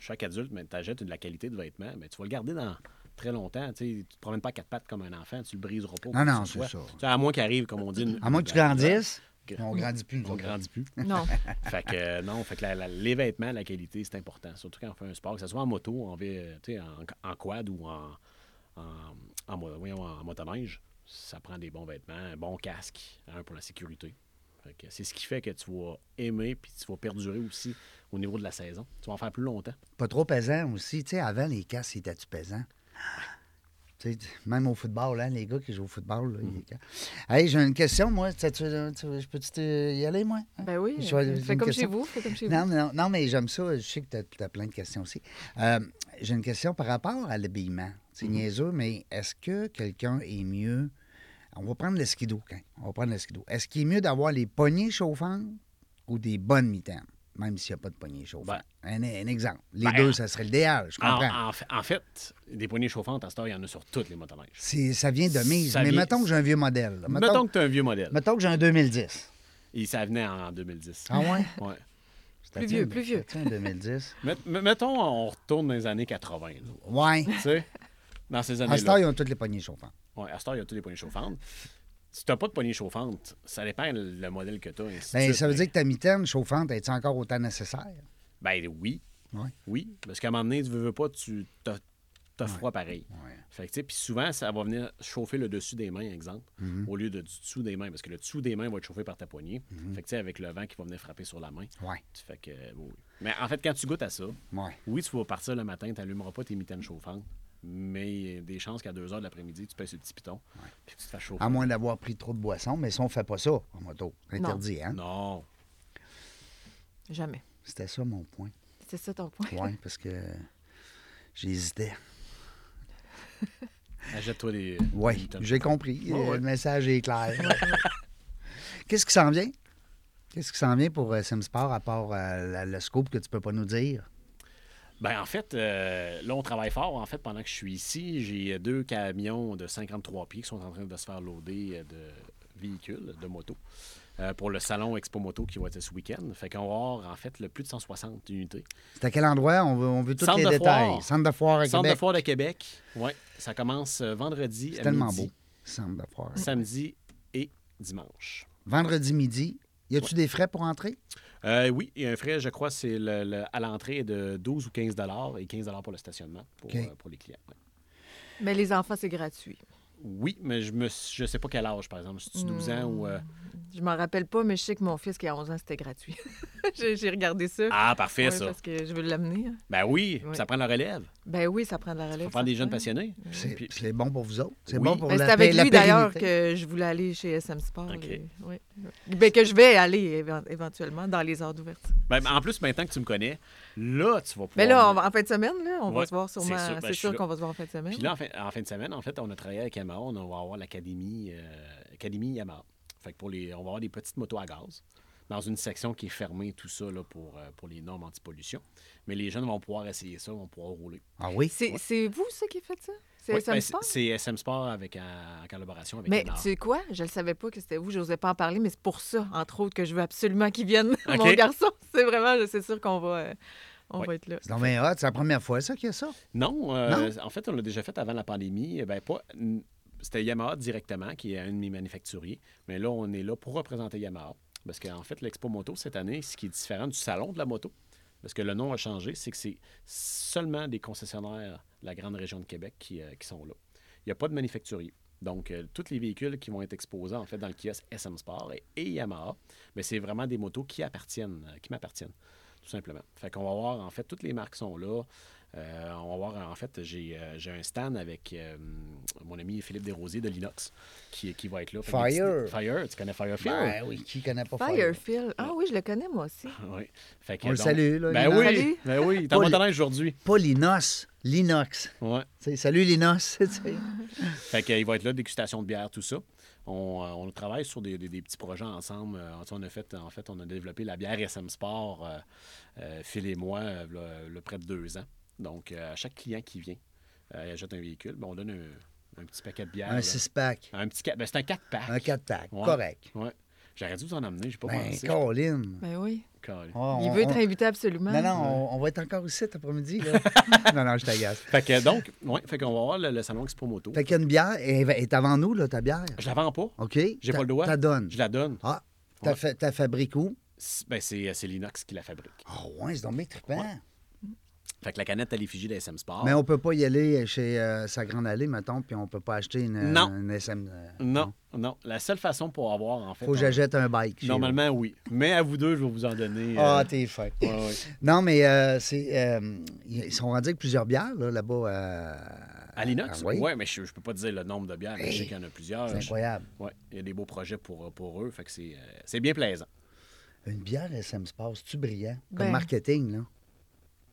[SPEAKER 4] chaque adulte, tu achètes de la qualité de vêtements, mais tu vas le garder dans très longtemps. Tu sais, tu te promènes pas à quatre pattes comme un enfant, tu le briseras pas.
[SPEAKER 2] Non, non,
[SPEAKER 4] que ce
[SPEAKER 2] c'est
[SPEAKER 4] soit.
[SPEAKER 2] ça.
[SPEAKER 4] Tu sais, à moins qu'il arrive, comme on dit. une-
[SPEAKER 2] À moins que tu
[SPEAKER 4] la-
[SPEAKER 2] grandisses.
[SPEAKER 4] la-
[SPEAKER 2] On grandit plus. nous
[SPEAKER 4] On
[SPEAKER 2] autres.
[SPEAKER 4] grandit plus.
[SPEAKER 2] *laughs*
[SPEAKER 3] Non.
[SPEAKER 4] fait que euh, non, fait que la- la- les vêtements, la qualité, c'est important. Surtout quand on fait un sport, que ce soit en moto, en, vé- euh, tu sais, en, en quad ou en, en, en mo- voyons, en motoneige, ça prend des bons vêtements, un bon casque hein, pour la sécurité. Fait que c'est ce qui fait que tu vas aimer puis tu vas perdurer aussi au niveau de la saison. Tu vas en faire plus longtemps.
[SPEAKER 2] Pas trop pesant aussi. Tu sais, avant, les casques, ils étaient-tu pesants? Tu sais, Même au football, hein, les gars qui jouent au football.
[SPEAKER 4] Mm.
[SPEAKER 2] là, ils- Hey, j'ai une question, moi. Tu- tu- tu- Je peux y aller, moi? Hein?
[SPEAKER 3] Ben oui.
[SPEAKER 2] Je vais-
[SPEAKER 3] Fais
[SPEAKER 2] une
[SPEAKER 3] comme
[SPEAKER 2] question.
[SPEAKER 3] chez vous. Fais comme chez
[SPEAKER 2] Non,
[SPEAKER 3] vous.
[SPEAKER 2] mais non, non, mais j'aime ça. Je sais que tu as, plein de questions aussi. Euh, J'ai une question par rapport à l'habillement. C'est
[SPEAKER 3] Mhm.
[SPEAKER 2] niaiseux, mais est-ce que quelqu'un est mieux. On va prendre le skido, quand. On va prendre le skido. Est-ce qu'il est mieux d'avoir les poignées chauffantes ou des bonnes mitaines, même s'il n'y a pas de poignées chauffantes? Un, un exemple. Les
[SPEAKER 4] Ben,
[SPEAKER 2] deux, ça serait l'idéal, je
[SPEAKER 4] En,
[SPEAKER 2] comprends.
[SPEAKER 4] en fa- en fait, des poignées chauffantes, à ce temps, il y en a sur toutes les motoneiges.
[SPEAKER 2] C'est- Ça vient de mise.
[SPEAKER 4] Ça
[SPEAKER 2] mais
[SPEAKER 4] vient-
[SPEAKER 2] mettons que j'ai un vieux modèle. là.
[SPEAKER 4] Mettons,
[SPEAKER 2] Mettons,
[SPEAKER 4] que tu as un vieux modèle.
[SPEAKER 2] mettons que j'ai un 2010.
[SPEAKER 4] Et ça venait en 2010.
[SPEAKER 2] Ah ouais?
[SPEAKER 4] Ouais.
[SPEAKER 3] Plus vieux, plus vieux.
[SPEAKER 2] C'est un 2010.
[SPEAKER 4] Met- mettons, on retourne dans les années 80. là. *laughs*
[SPEAKER 2] Ouais.
[SPEAKER 4] Tu sais, dans ces
[SPEAKER 2] À ce temps,
[SPEAKER 4] années-là.
[SPEAKER 2] ils ont toutes les poignées chauffantes.
[SPEAKER 4] Ouais, à ce temps, il y a tous les poignées chauffantes. Si tu n'as pas de poignée chauffante, ça dépend le modèle que tu as.
[SPEAKER 2] Ben, ça veut dire que ta mitaine chauffante est encore autant nécessaire?
[SPEAKER 4] Ben oui.
[SPEAKER 2] Ouais.
[SPEAKER 4] Oui. Parce qu'à un moment donné, tu veux, veux pas, tu t'as t'as froid pareil.
[SPEAKER 2] Ouais.
[SPEAKER 4] Fait que, tu sais, puis souvent, ça va venir chauffer le dessus des mains, exemple,
[SPEAKER 2] Mhm.
[SPEAKER 4] au lieu de, du dessous des mains, parce que le dessous des mains va être chauffé par ta poignée.
[SPEAKER 2] Mhm.
[SPEAKER 4] Fait que, tu sais, avec le vent qui va venir frapper sur la main.
[SPEAKER 2] Ouais.
[SPEAKER 4] Tu fais que, oui, oui. Mais en fait, quand tu goûtes à ça,
[SPEAKER 2] Ouais.
[SPEAKER 4] oui, tu vas partir le matin, tu n'allumeras pas tes mitaines chauffantes, mais il y a des chances qu'à 2 h de l'après-midi, tu pèses le petit piton, puis que tu te fasses chauffer.
[SPEAKER 2] À moins d'avoir pris trop de boissons, mais ça, on fait pas ça en moto. Interdit, hein?
[SPEAKER 4] Non.
[SPEAKER 3] Jamais.
[SPEAKER 2] C'était ça mon
[SPEAKER 4] *laughs*
[SPEAKER 2] point.
[SPEAKER 3] C'est ça ton point.
[SPEAKER 2] Oui, parce que j'hésitais.
[SPEAKER 4] Achète-toi des. des
[SPEAKER 2] Oui,
[SPEAKER 4] mitaines
[SPEAKER 2] j'ai
[SPEAKER 4] chauffantes.
[SPEAKER 2] compris.
[SPEAKER 4] Ouais,
[SPEAKER 2] Euh,
[SPEAKER 4] ouais.
[SPEAKER 2] Le message est
[SPEAKER 4] *laughs*
[SPEAKER 2] clair. Qu'est-ce qui s'en vient? Qu'est-ce qui s'en vient pour euh, Simsport à part euh, la- le scoop que tu peux pas nous dire?
[SPEAKER 4] Ben, en fait, euh, là, on travaille fort. En fait, pendant que je suis ici, j'ai euh, deux camions de 53 pieds qui sont en train de se faire loader euh, de véhicules, de motos, euh, pour le salon Expo Moto qui va être ce week-end. Fait qu'on va avoir, en fait, le plus de 160 unités.
[SPEAKER 2] C'est à quel endroit? On veut, on veut tous
[SPEAKER 4] Centre
[SPEAKER 2] les
[SPEAKER 4] de
[SPEAKER 2] détails.
[SPEAKER 4] foire.
[SPEAKER 2] Centre de foire à
[SPEAKER 4] Centre de
[SPEAKER 2] Québec.
[SPEAKER 4] foire de Québec. Oui, ça commence euh, vendredi.
[SPEAKER 2] C'est
[SPEAKER 4] à
[SPEAKER 2] tellement
[SPEAKER 4] midi,
[SPEAKER 2] beau. Centre de foire.
[SPEAKER 4] Samedi et dimanche.
[SPEAKER 2] Vendredi midi, y a-tu des frais pour entrer?
[SPEAKER 4] Euh, oui, il y a un frais, je crois, c'est le- le- à l'entrée de 12 ou 15 et 15 pour le stationnement pour,
[SPEAKER 2] OK.
[SPEAKER 4] euh, pour les clients. ouais.
[SPEAKER 3] Mais les enfants, c'est gratuit.
[SPEAKER 4] Oui, mais je ne je sais pas quel âge, par exemple. Si tu 12 ans ou. euh,
[SPEAKER 3] Je m'en rappelle pas, mais je sais que mon fils qui a 11 ans, c'était gratuit. *laughs* J'ai j'ai regardé ça.
[SPEAKER 4] Ah, parfait,
[SPEAKER 3] Ouais,
[SPEAKER 4] ça.
[SPEAKER 3] Parce que je veux l'amener. hein.
[SPEAKER 4] Ben oui,
[SPEAKER 3] Oui.
[SPEAKER 4] ça prend la relève.
[SPEAKER 3] Ben oui, ça prend de la relève.
[SPEAKER 4] Il faut prendre des jeunes
[SPEAKER 3] certain.
[SPEAKER 4] passionnés.
[SPEAKER 2] C'est
[SPEAKER 4] Puis-
[SPEAKER 2] c'est bon pour vous autres. C'est
[SPEAKER 4] Oui.
[SPEAKER 2] bon pour
[SPEAKER 3] Ben,
[SPEAKER 2] la
[SPEAKER 3] c'est avec
[SPEAKER 2] paix- la
[SPEAKER 3] lui d'ailleurs
[SPEAKER 2] pérennité.
[SPEAKER 3] que je voulais aller chez SM Sport.
[SPEAKER 4] OK.
[SPEAKER 3] et- oui. Ben, que je vais aller éven- éventuellement dans les heures d'ouverture.
[SPEAKER 4] Ben, en plus, maintenant que tu me connais, là, tu vas pouvoir.
[SPEAKER 3] Mais Ben là, on va- en fin de semaine, là, on va
[SPEAKER 4] ben Ouais,
[SPEAKER 3] se voir
[SPEAKER 4] c'est
[SPEAKER 3] sûrement.
[SPEAKER 4] sûr. Ben,
[SPEAKER 3] C'est
[SPEAKER 4] je suis
[SPEAKER 3] sûr
[SPEAKER 4] là.
[SPEAKER 3] qu'on va se voir en fin de semaine.
[SPEAKER 4] Puis là, en fin, en fin de semaine, en fait, on a travaillé avec Yamaha. On va avoir l'Académie euh, Académie Yamaha. Fait que pour les, on va avoir des petites motos à gaz dans une section qui est fermée, tout ça, là, pour, euh, pour les normes antipollution. Mais les jeunes vont pouvoir essayer ça, vont pouvoir rouler.
[SPEAKER 2] Ah oui?
[SPEAKER 3] c'est c'est vous, ça, qui faites ça? C'est
[SPEAKER 4] Oui,
[SPEAKER 3] SM
[SPEAKER 4] ben,
[SPEAKER 3] Sport?
[SPEAKER 4] C'est SM Sport avec, euh, en collaboration avec
[SPEAKER 3] Mais tu
[SPEAKER 4] Yamaha.
[SPEAKER 3] sais quoi? Je ne savais pas que c'était vous. Je n'osais pas en parler, mais c'est pour ça, entre autres, que je veux absolument qu'il vienne, *laughs* mon
[SPEAKER 4] OK.
[SPEAKER 3] garçon. C'est vraiment, c'est sûr qu'on va, euh, on
[SPEAKER 4] Ouais.
[SPEAKER 3] va être là.
[SPEAKER 2] Non, mais ah, c'est la première fois, ça, qu'il y a ça.
[SPEAKER 4] Non, euh, en fait, on l'a déjà fait avant la pandémie. Eh Ben, pas, n- c'était Yamaha directement, qui est un de mes manufacturiers. Mais là, on est là pour représenter Yamaha. Parce qu'en fait, l'Expo Moto cette année, ce qui est différent du salon de la moto, parce que le nom a changé, c'est que c'est seulement des concessionnaires de la grande région de Québec qui, euh, qui sont là. Il n'y a pas de manufacturier. Donc, euh, tous les véhicules qui vont être exposés, en fait, dans le kiosque SM Sport et, et Yamaha, mais c'est vraiment des motos qui appartiennent, euh, qui m'appartiennent, tout simplement. Fait qu'on va voir, en fait, toutes les marques sont là. Euh, on va voir, en fait, j'ai euh, j'ai un stand avec euh, mon ami Philippe Desrosiers de l'Inox qui, qui va être là. Fait que
[SPEAKER 2] Fire.
[SPEAKER 4] des petits- Fire, tu connais Fire Fire?
[SPEAKER 2] Ben oui, qui connaît pas Fire?
[SPEAKER 3] Firefield. Ah oui, je le connais, moi aussi.
[SPEAKER 4] Oui. Fait que,
[SPEAKER 2] On le
[SPEAKER 4] donc-
[SPEAKER 2] salue, là.
[SPEAKER 4] Ben
[SPEAKER 2] l'inox.
[SPEAKER 4] oui, ben oui, il est en
[SPEAKER 2] Pas le-
[SPEAKER 4] montagne aujourd'hui.
[SPEAKER 2] Pas l'inox, l'inox.
[SPEAKER 4] Ouais.
[SPEAKER 2] Tu sais, salut l'inox. *laughs* tu sais.
[SPEAKER 4] Fait qu'il va être là, dégustation de bière, tout ça. On, euh, on travaille sur des, des- des petits projets ensemble. Euh, tu sais, on a fait, en fait, on a développé la bière SM Sport, euh, euh, Phil et moi, euh, v'là- v'là près de deux ans. Donc, euh, à chaque client qui vient, euh, il achète un véhicule, ben, on donne un, un petit paquet de bière.
[SPEAKER 2] Un
[SPEAKER 4] là.
[SPEAKER 2] six-pack,
[SPEAKER 4] Un petit, ca- ben, c'est un 4-pack.
[SPEAKER 2] un quatre-pack,
[SPEAKER 4] Ouais.
[SPEAKER 2] correct.
[SPEAKER 4] Ouais. J'aurais dû vous en amener, j'ai pas
[SPEAKER 2] Ben,
[SPEAKER 4] pensé.
[SPEAKER 2] Colin.
[SPEAKER 3] Ben oui.
[SPEAKER 4] Calé.
[SPEAKER 2] On-
[SPEAKER 3] Il veut
[SPEAKER 2] on-
[SPEAKER 3] être invité absolument.
[SPEAKER 2] Non, non, on, on va être encore ici cet après-midi. là.
[SPEAKER 4] *laughs*
[SPEAKER 2] non, non, je t'agace.
[SPEAKER 4] Fait que donc, ouais, fait qu'on va voir le, le salon Expo Moto.
[SPEAKER 2] Fait qu'il y a une bière, et est avant nous, là, ta bière.
[SPEAKER 4] Je la vends pas.
[SPEAKER 2] OK?
[SPEAKER 4] J'ai
[SPEAKER 2] T'a-
[SPEAKER 4] pas le droit.
[SPEAKER 2] T'as donne.
[SPEAKER 4] Je la donne.
[SPEAKER 2] Ah, t'as
[SPEAKER 4] Ouais.
[SPEAKER 2] fait, t'as fabriqué où?
[SPEAKER 4] C'est- Ben, c'est c'est l'inox qui la fabrique.
[SPEAKER 2] Ah ouais, c'est donc bien trippant.
[SPEAKER 4] Ouais. Fait que la canette à l'effigie de SM Sport.
[SPEAKER 2] Mais on peut pas y aller chez euh, sa grande allée, mettons, puis on peut pas acheter une,
[SPEAKER 4] Non.
[SPEAKER 2] une SM. euh,
[SPEAKER 4] Non, non. La seule façon pour avoir, en fait.
[SPEAKER 2] Faut que
[SPEAKER 4] un-
[SPEAKER 2] j'achète un bike. chez
[SPEAKER 4] Normalement, oui. Mais à vous deux, je vais vous en donner.
[SPEAKER 2] vous.
[SPEAKER 4] euh,
[SPEAKER 2] Ah, t'es fin.
[SPEAKER 4] ouais, ouais.
[SPEAKER 2] Non, mais euh, c'est. euh, ils sont rendus avec plusieurs bières, là, là-bas. euh, à-
[SPEAKER 4] À l'inox?
[SPEAKER 2] à-
[SPEAKER 4] oui,
[SPEAKER 2] Ah oui.
[SPEAKER 4] mais je ne peux pas te dire le nombre de bières, mais je sais qu'il y en a plusieurs.
[SPEAKER 2] C'est incroyable.
[SPEAKER 4] Je- Ouais, il y a des beaux projets pour, euh, pour eux. Fait que c'est euh, c'est bien plaisant.
[SPEAKER 2] Une bière SM Sport, c'est-tu brillant? Comme
[SPEAKER 3] Ben.
[SPEAKER 2] marketing, là.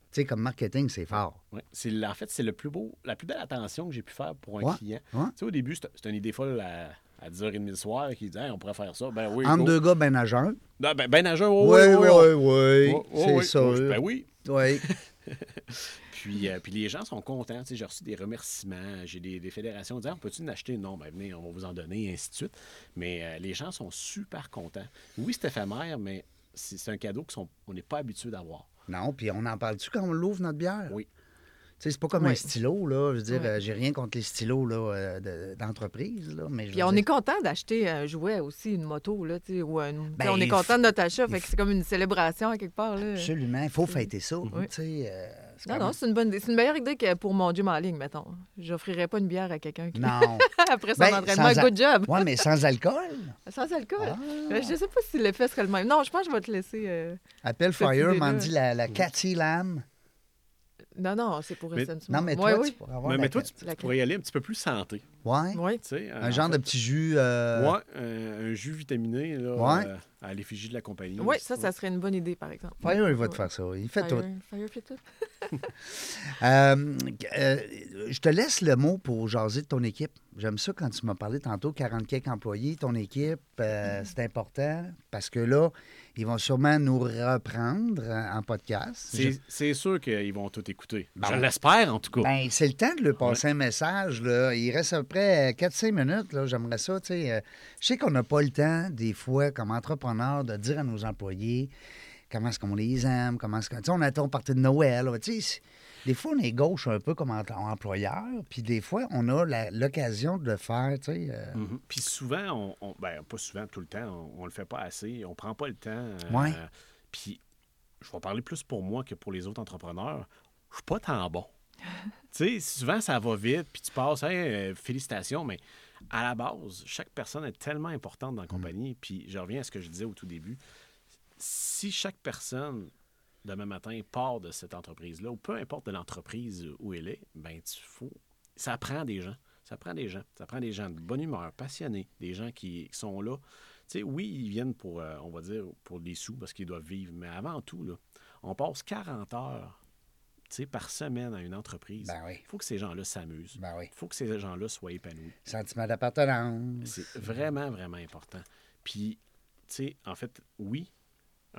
[SPEAKER 2] Tu sais, comme marketing, c'est fort.
[SPEAKER 4] Ouais. C'est l- En fait, c'est le plus beau, la plus belle attention que j'ai pu faire pour un
[SPEAKER 2] Ouais,
[SPEAKER 4] client.
[SPEAKER 2] ouais.
[SPEAKER 4] Tu sais, au début, c'est- c'est une idée folle à, à 10h30 le soir qui dit Hey, on pourrait faire ça. Ben oui.
[SPEAKER 2] Entre
[SPEAKER 4] go.
[SPEAKER 2] deux gars ben à jeun.
[SPEAKER 4] Non, ben, ben à jeun, oh,
[SPEAKER 2] Oui,
[SPEAKER 4] oui,
[SPEAKER 2] oui,
[SPEAKER 4] oh,
[SPEAKER 2] oui, oui.
[SPEAKER 4] oh, oh,
[SPEAKER 2] C'est
[SPEAKER 4] oui.
[SPEAKER 2] sûr.
[SPEAKER 4] Ben oui.
[SPEAKER 2] Oui.
[SPEAKER 4] Puis, euh, puis les gens sont contents. Tu sais, J'ai reçu des remerciements. J'ai des, des fédérations qui disent ah, on peut-tu en acheter Non, ben, venez, on va vous en donner, et ainsi de suite. Mais euh, les gens sont super contents. Oui, c'est éphémère, mais c'est c'est un cadeau qu'on n'est pas habitué d'avoir.
[SPEAKER 2] Non, puis on en parle-tu quand on l'ouvre, notre bière?
[SPEAKER 4] Oui.
[SPEAKER 2] Tu sais, c'est pas comme un
[SPEAKER 3] Ouais.
[SPEAKER 2] stylo, là. Je veux dire,
[SPEAKER 3] Ouais.
[SPEAKER 2] euh, j'ai rien contre les stylos là, euh, de- d'entreprise, là. Mais je
[SPEAKER 3] Puis
[SPEAKER 2] veux
[SPEAKER 3] on
[SPEAKER 2] dire-
[SPEAKER 3] est content d'acheter un jouet aussi, une moto, là, tu sais, ou un... tu sais,
[SPEAKER 2] Ben,
[SPEAKER 3] on est
[SPEAKER 2] il
[SPEAKER 3] content
[SPEAKER 2] f-
[SPEAKER 3] de notre achat,
[SPEAKER 2] il
[SPEAKER 3] fait que
[SPEAKER 2] f-
[SPEAKER 3] c'est comme une célébration à quelque part, là.
[SPEAKER 2] Absolument, il faut fêter ça.
[SPEAKER 3] Oui.
[SPEAKER 2] Tu sais, euh, c'est
[SPEAKER 3] euh, Mhm. Non,
[SPEAKER 2] quand
[SPEAKER 3] non, c'est une bonne idée. C'est une meilleure idée que pour mon Dieu ma ligne, mettons. J'offrirais pas une bière à quelqu'un qui.
[SPEAKER 2] même- Non.
[SPEAKER 3] *laughs*
[SPEAKER 2] Ben,
[SPEAKER 3] Après son entraînement,
[SPEAKER 2] sans al-
[SPEAKER 3] good job.
[SPEAKER 2] Ouais, mais
[SPEAKER 3] *laughs*
[SPEAKER 2] sans alcool.
[SPEAKER 3] Sans alcool.
[SPEAKER 2] Ah.
[SPEAKER 3] Euh, Je sais pas si l'effet serait le même. Non, je pense que je vais te laisser. euh,
[SPEAKER 2] Appelle
[SPEAKER 3] Cette
[SPEAKER 2] Fire,
[SPEAKER 3] idée-là.
[SPEAKER 2] m'en dit la, la Cathy Lam.
[SPEAKER 3] Non, non, c'est pour
[SPEAKER 4] Mais-
[SPEAKER 3] SM
[SPEAKER 2] Non, mais
[SPEAKER 3] Ouais,
[SPEAKER 2] toi,
[SPEAKER 3] oui.
[SPEAKER 2] tu pourrais avoir
[SPEAKER 4] mais
[SPEAKER 2] la
[SPEAKER 4] mais toi, tu,
[SPEAKER 2] Cathy.
[SPEAKER 4] tu
[SPEAKER 3] la-
[SPEAKER 4] pourrais y aller un petit peu plus santé.
[SPEAKER 2] Ouais.
[SPEAKER 3] Oui.
[SPEAKER 4] tu sais,
[SPEAKER 2] Un
[SPEAKER 4] en
[SPEAKER 2] genre de
[SPEAKER 4] fait.
[SPEAKER 2] petit jus. euh,
[SPEAKER 4] Ouais, un, un jus vitaminé là,
[SPEAKER 2] Ouais.
[SPEAKER 4] euh, à l'effigie de la compagnie.
[SPEAKER 3] Oui, ça, ça serait une bonne idée, par exemple.
[SPEAKER 2] Fire, il va te
[SPEAKER 3] Ouais.
[SPEAKER 2] faire ça. Il fait tout.
[SPEAKER 3] Fire- Fire fait tout.
[SPEAKER 2] Euh, euh, je te laisse le mot pour jaser de ton équipe. J'aime ça quand tu m'as parlé tantôt, 40 quelques employés, ton équipe, euh, c'est important parce que là, ils vont sûrement nous reprendre euh, en podcast.
[SPEAKER 4] C'est
[SPEAKER 2] Je- Ben
[SPEAKER 4] c'est sûr qu'ils vont tout écouter.
[SPEAKER 2] Bon.
[SPEAKER 4] Je l'espère, en tout cas.
[SPEAKER 2] Ben, c'est le temps de leur passer un message. Là. Il reste à peu près 4-5 minutes. là. J'aimerais ça. tu sais, euh, je sais qu'on n'a pas le temps, des fois, comme entrepreneur, de dire à nos employés comment est-ce qu'on les aime, comment est-ce qu'on. tu sais, on attend au parti de Noël. là, tu sais, c'est- des fois, on est gauche un peu comme en- en employeur, puis des fois, on a la- l'occasion de le faire. tu sais, euh,
[SPEAKER 4] Mhm. Puis souvent, on, on- ben, pas souvent, tout le temps, on, on le fait pas assez, on prend pas le temps. euh,
[SPEAKER 2] Ouais.
[SPEAKER 4] Puis je vais parler plus pour moi que pour les autres entrepreneurs. Je suis pas tant bon. tu sais, souvent ça va vite, puis tu passes, Hey, euh, félicitations, mais à la base, chaque personne est tellement importante dans la compagnie. Puis je reviens à ce que je disais au tout début. Si chaque personne demain matin part de cette entreprise-là, ou peu importe de l'entreprise où elle est, ben tu faut. Ça prend des gens. Ça prend des gens. Ça prend des gens de bonne humeur, passionnés, des gens qui, qui sont là. Tu sais, oui, ils viennent pour, euh, on va dire, pour des sous parce qu'ils doivent vivre, mais avant tout, là, on passe 40 heures tu sais, par semaine à une entreprise.
[SPEAKER 2] Ben oui.
[SPEAKER 4] Il faut que ces gens-là s'amusent. Il
[SPEAKER 2] Ben oui.
[SPEAKER 4] faut que ces gens-là soient épanouis.
[SPEAKER 2] Sentiment d'appartenance.
[SPEAKER 4] C'est vraiment, vraiment important. Puis, tu sais, en fait, oui,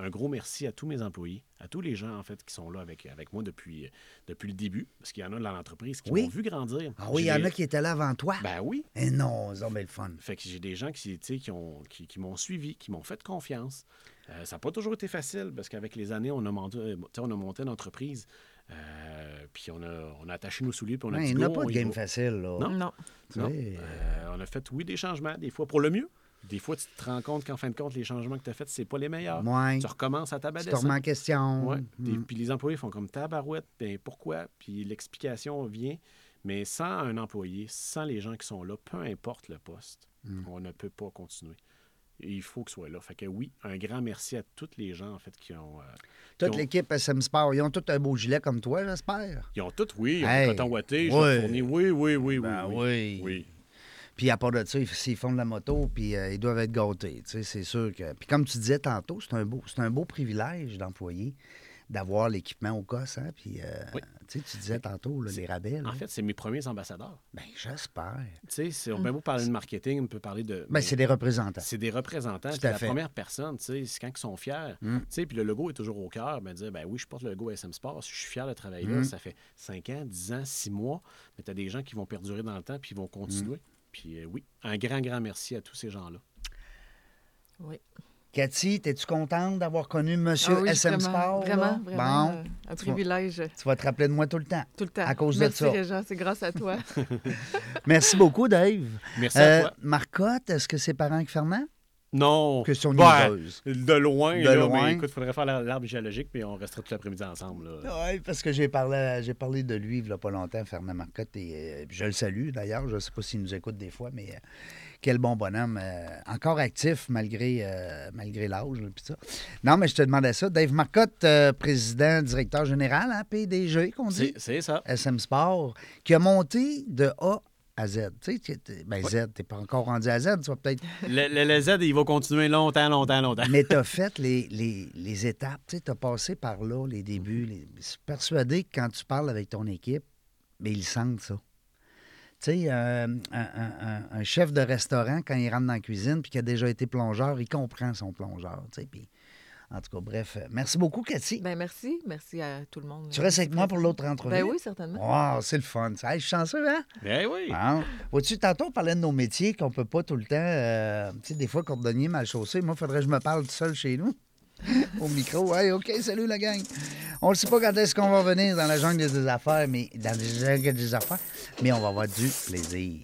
[SPEAKER 4] un gros merci à tous mes employés, à tous les gens, en fait, qui sont là avec, avec moi depuis, euh, depuis le début, parce qu'il y en a dans l'entreprise qui
[SPEAKER 2] Oui.
[SPEAKER 4] m'ont vu grandir.
[SPEAKER 2] Ah oui, il
[SPEAKER 4] J'ai
[SPEAKER 2] y en
[SPEAKER 4] des-
[SPEAKER 2] a qui étaient là avant toi.
[SPEAKER 4] Ben oui.
[SPEAKER 2] Et non, ils ont bien le fun.
[SPEAKER 4] Fait que j'ai des gens qui, tu sais, qui, ont, qui, qui m'ont suivi, qui m'ont fait confiance. Euh, ça n'a pas toujours été facile parce qu'avec les années, on a monté, euh, tu sais, on a monté une entreprise, euh, puis on a, on a attaché nos souliers, puis on a
[SPEAKER 2] Ouais,
[SPEAKER 4] dit
[SPEAKER 2] Ben, il n'y a
[SPEAKER 4] go,
[SPEAKER 2] pas
[SPEAKER 4] on
[SPEAKER 2] de
[SPEAKER 4] y
[SPEAKER 2] game
[SPEAKER 4] va.
[SPEAKER 2] facile. Là.
[SPEAKER 4] Non.
[SPEAKER 3] Non.
[SPEAKER 4] Non.
[SPEAKER 2] Oui.
[SPEAKER 4] Euh, on a fait, oui, des changements, des fois pour le mieux, Des fois, tu te rends compte qu'en fin de compte, les changements que tu as faits, c'est pas les meilleurs.
[SPEAKER 2] Ouais.
[SPEAKER 4] Tu recommences à ta
[SPEAKER 2] Tu te remets en question.
[SPEAKER 4] Ouais. Des-
[SPEAKER 2] Mm.
[SPEAKER 4] Puis les employés font comme tabarouette, ben pourquoi? Puis l'explication vient. Mais sans un employé, sans les gens qui sont là, peu importe le poste,
[SPEAKER 2] Mm.
[SPEAKER 4] on ne peut pas continuer. Et il faut que soit là. Fait que oui, un grand merci à toutes les gens, en fait, qui ont... euh, qui
[SPEAKER 2] Toute
[SPEAKER 4] ont-
[SPEAKER 2] l'équipe SM Sport, ils ont tous un beau gilet comme toi, j'espère.
[SPEAKER 4] Ils ont toutes, oui, ils ont
[SPEAKER 2] Hey.
[SPEAKER 4] coton ouaté,
[SPEAKER 2] Ouais.
[SPEAKER 4] je fournis. Oui, oui, oui,
[SPEAKER 2] Ben
[SPEAKER 4] oui,
[SPEAKER 2] oui.
[SPEAKER 4] oui. Oui.
[SPEAKER 2] Puis à part de ça, ils- s'ils font de la moto, puis euh, ils doivent être gâtés. Tu sais, c'est sûr que. Puis comme tu disais tantôt, c'est un beau, c'est un beau privilège d'employé d'avoir l'équipement au COS. Hein? Puis euh,
[SPEAKER 4] Oui.
[SPEAKER 2] tu sais, tu disais tantôt, là, les rabais. là.
[SPEAKER 4] En fait, c'est mes premiers ambassadeurs.
[SPEAKER 2] Ben, j'espère.
[SPEAKER 4] Tu sais, c'est- on peut beaucoup parler de marketing, on peut parler de...
[SPEAKER 2] Mm. Ben, c'est des représentants.
[SPEAKER 4] C'est des représentants.
[SPEAKER 2] Tout
[SPEAKER 4] C'est
[SPEAKER 2] à
[SPEAKER 4] la
[SPEAKER 2] fait. Mm.
[SPEAKER 4] première personne, tu sais, c'est quand ils sont fiers. Tu sais, puis le logo est toujours au cœur. Ben, dire, ben oui, je porte le logo SM Sport, je suis fier de travailler
[SPEAKER 2] Mm.
[SPEAKER 4] là. Ça fait 5 ans, 10 ans, 6 mois. Mais tu as des gens qui vont perdurer dans le temps, puis ils vont continuer.
[SPEAKER 2] Mm.
[SPEAKER 4] Puis euh, oui, un grand, grand merci à tous ces gens-là.
[SPEAKER 2] Euh,
[SPEAKER 3] Oui.
[SPEAKER 2] Cathy, es-tu contente d'avoir connu Monsieur
[SPEAKER 3] Ah oui,
[SPEAKER 2] SM
[SPEAKER 3] vraiment,
[SPEAKER 2] Sport? là?
[SPEAKER 3] Vraiment, vraiment.
[SPEAKER 2] Bon,
[SPEAKER 3] euh, un
[SPEAKER 2] tu vas-
[SPEAKER 3] privilège euh,
[SPEAKER 2] tu vas te rappeler de moi tout le temps.
[SPEAKER 3] tout le temps.
[SPEAKER 2] À cause de
[SPEAKER 3] Merci,
[SPEAKER 2] ça.
[SPEAKER 3] Régent, c'est grâce à toi.
[SPEAKER 2] Merci beaucoup, Dave.
[SPEAKER 4] Merci
[SPEAKER 2] Euh,
[SPEAKER 4] à toi.
[SPEAKER 2] Marcotte, est-ce que c'est parent avec Fernand?
[SPEAKER 4] Non.
[SPEAKER 2] Question
[SPEAKER 4] Ben,
[SPEAKER 2] niaiseuse.
[SPEAKER 4] de loin,
[SPEAKER 2] De
[SPEAKER 4] là,
[SPEAKER 2] loin.
[SPEAKER 4] mais écoute, faudrait faire la- l'arbre géologique, puis on resterait tout l'après-midi ensemble. là.
[SPEAKER 2] Oui, Ah parce que j'ai parlé, j'ai parlé de lui il n'y a pas longtemps, Fernand Marcotte, et euh, je le salue d'ailleurs. Je ne sais pas s'il nous écoute des fois, mais euh, quel bon bonhomme. euh, encore actif malgré, euh, malgré l'âge. là, puis ça. Non, mais je te demandais ça. Dave Marcotte, euh, président, directeur général, hein, PDG, qu'on dit.
[SPEAKER 4] C'est c'est ça.
[SPEAKER 2] SM Sport, qui a monté de A à Z. Tu sais, tu- tu- ben Z, t'es pas encore rendu à Z, tu vas peut-être.
[SPEAKER 4] Le, le- le Z, il va continuer longtemps,
[SPEAKER 2] *laughs*
[SPEAKER 4] longtemps, longtemps.
[SPEAKER 2] Mais t'as fait les, les, les étapes, tu sais, t'as passé par là, les débuts.
[SPEAKER 3] Mhm.
[SPEAKER 2] les- Je suis persuadé que quand tu parles avec ton équipe, mais ils sentent ça. Tu sais, euh, un, un- un- un chef de restaurant, quand il rentre dans la cuisine puis qu'il a déjà été plongeur, il comprend son plongeur. tu sais, puis- en tout cas, bref, euh, merci beaucoup, Cathy.
[SPEAKER 3] ben merci, merci à tout le monde.
[SPEAKER 2] tu restes avec moi pour l'autre entrevue?
[SPEAKER 3] Ben oui, certainement.
[SPEAKER 2] Wow, c'est le fun. ça. Hey, je suis chanceux, hein?
[SPEAKER 4] Ben oui.
[SPEAKER 2] Bon. Vois-tu, tantôt, on parlait de nos métiers qu'on peut pas tout le temps. euh, tu sais, des fois, cordonnier mal chaussé, moi, faudrait que je me parle tout seul chez nous. *laughs* Au micro. Hey, OK, salut la gang. On ne sait pas quand est-ce qu'on va venir dans la jungle des affaires, mais dans la jungle des affaires, mais on va avoir du plaisir.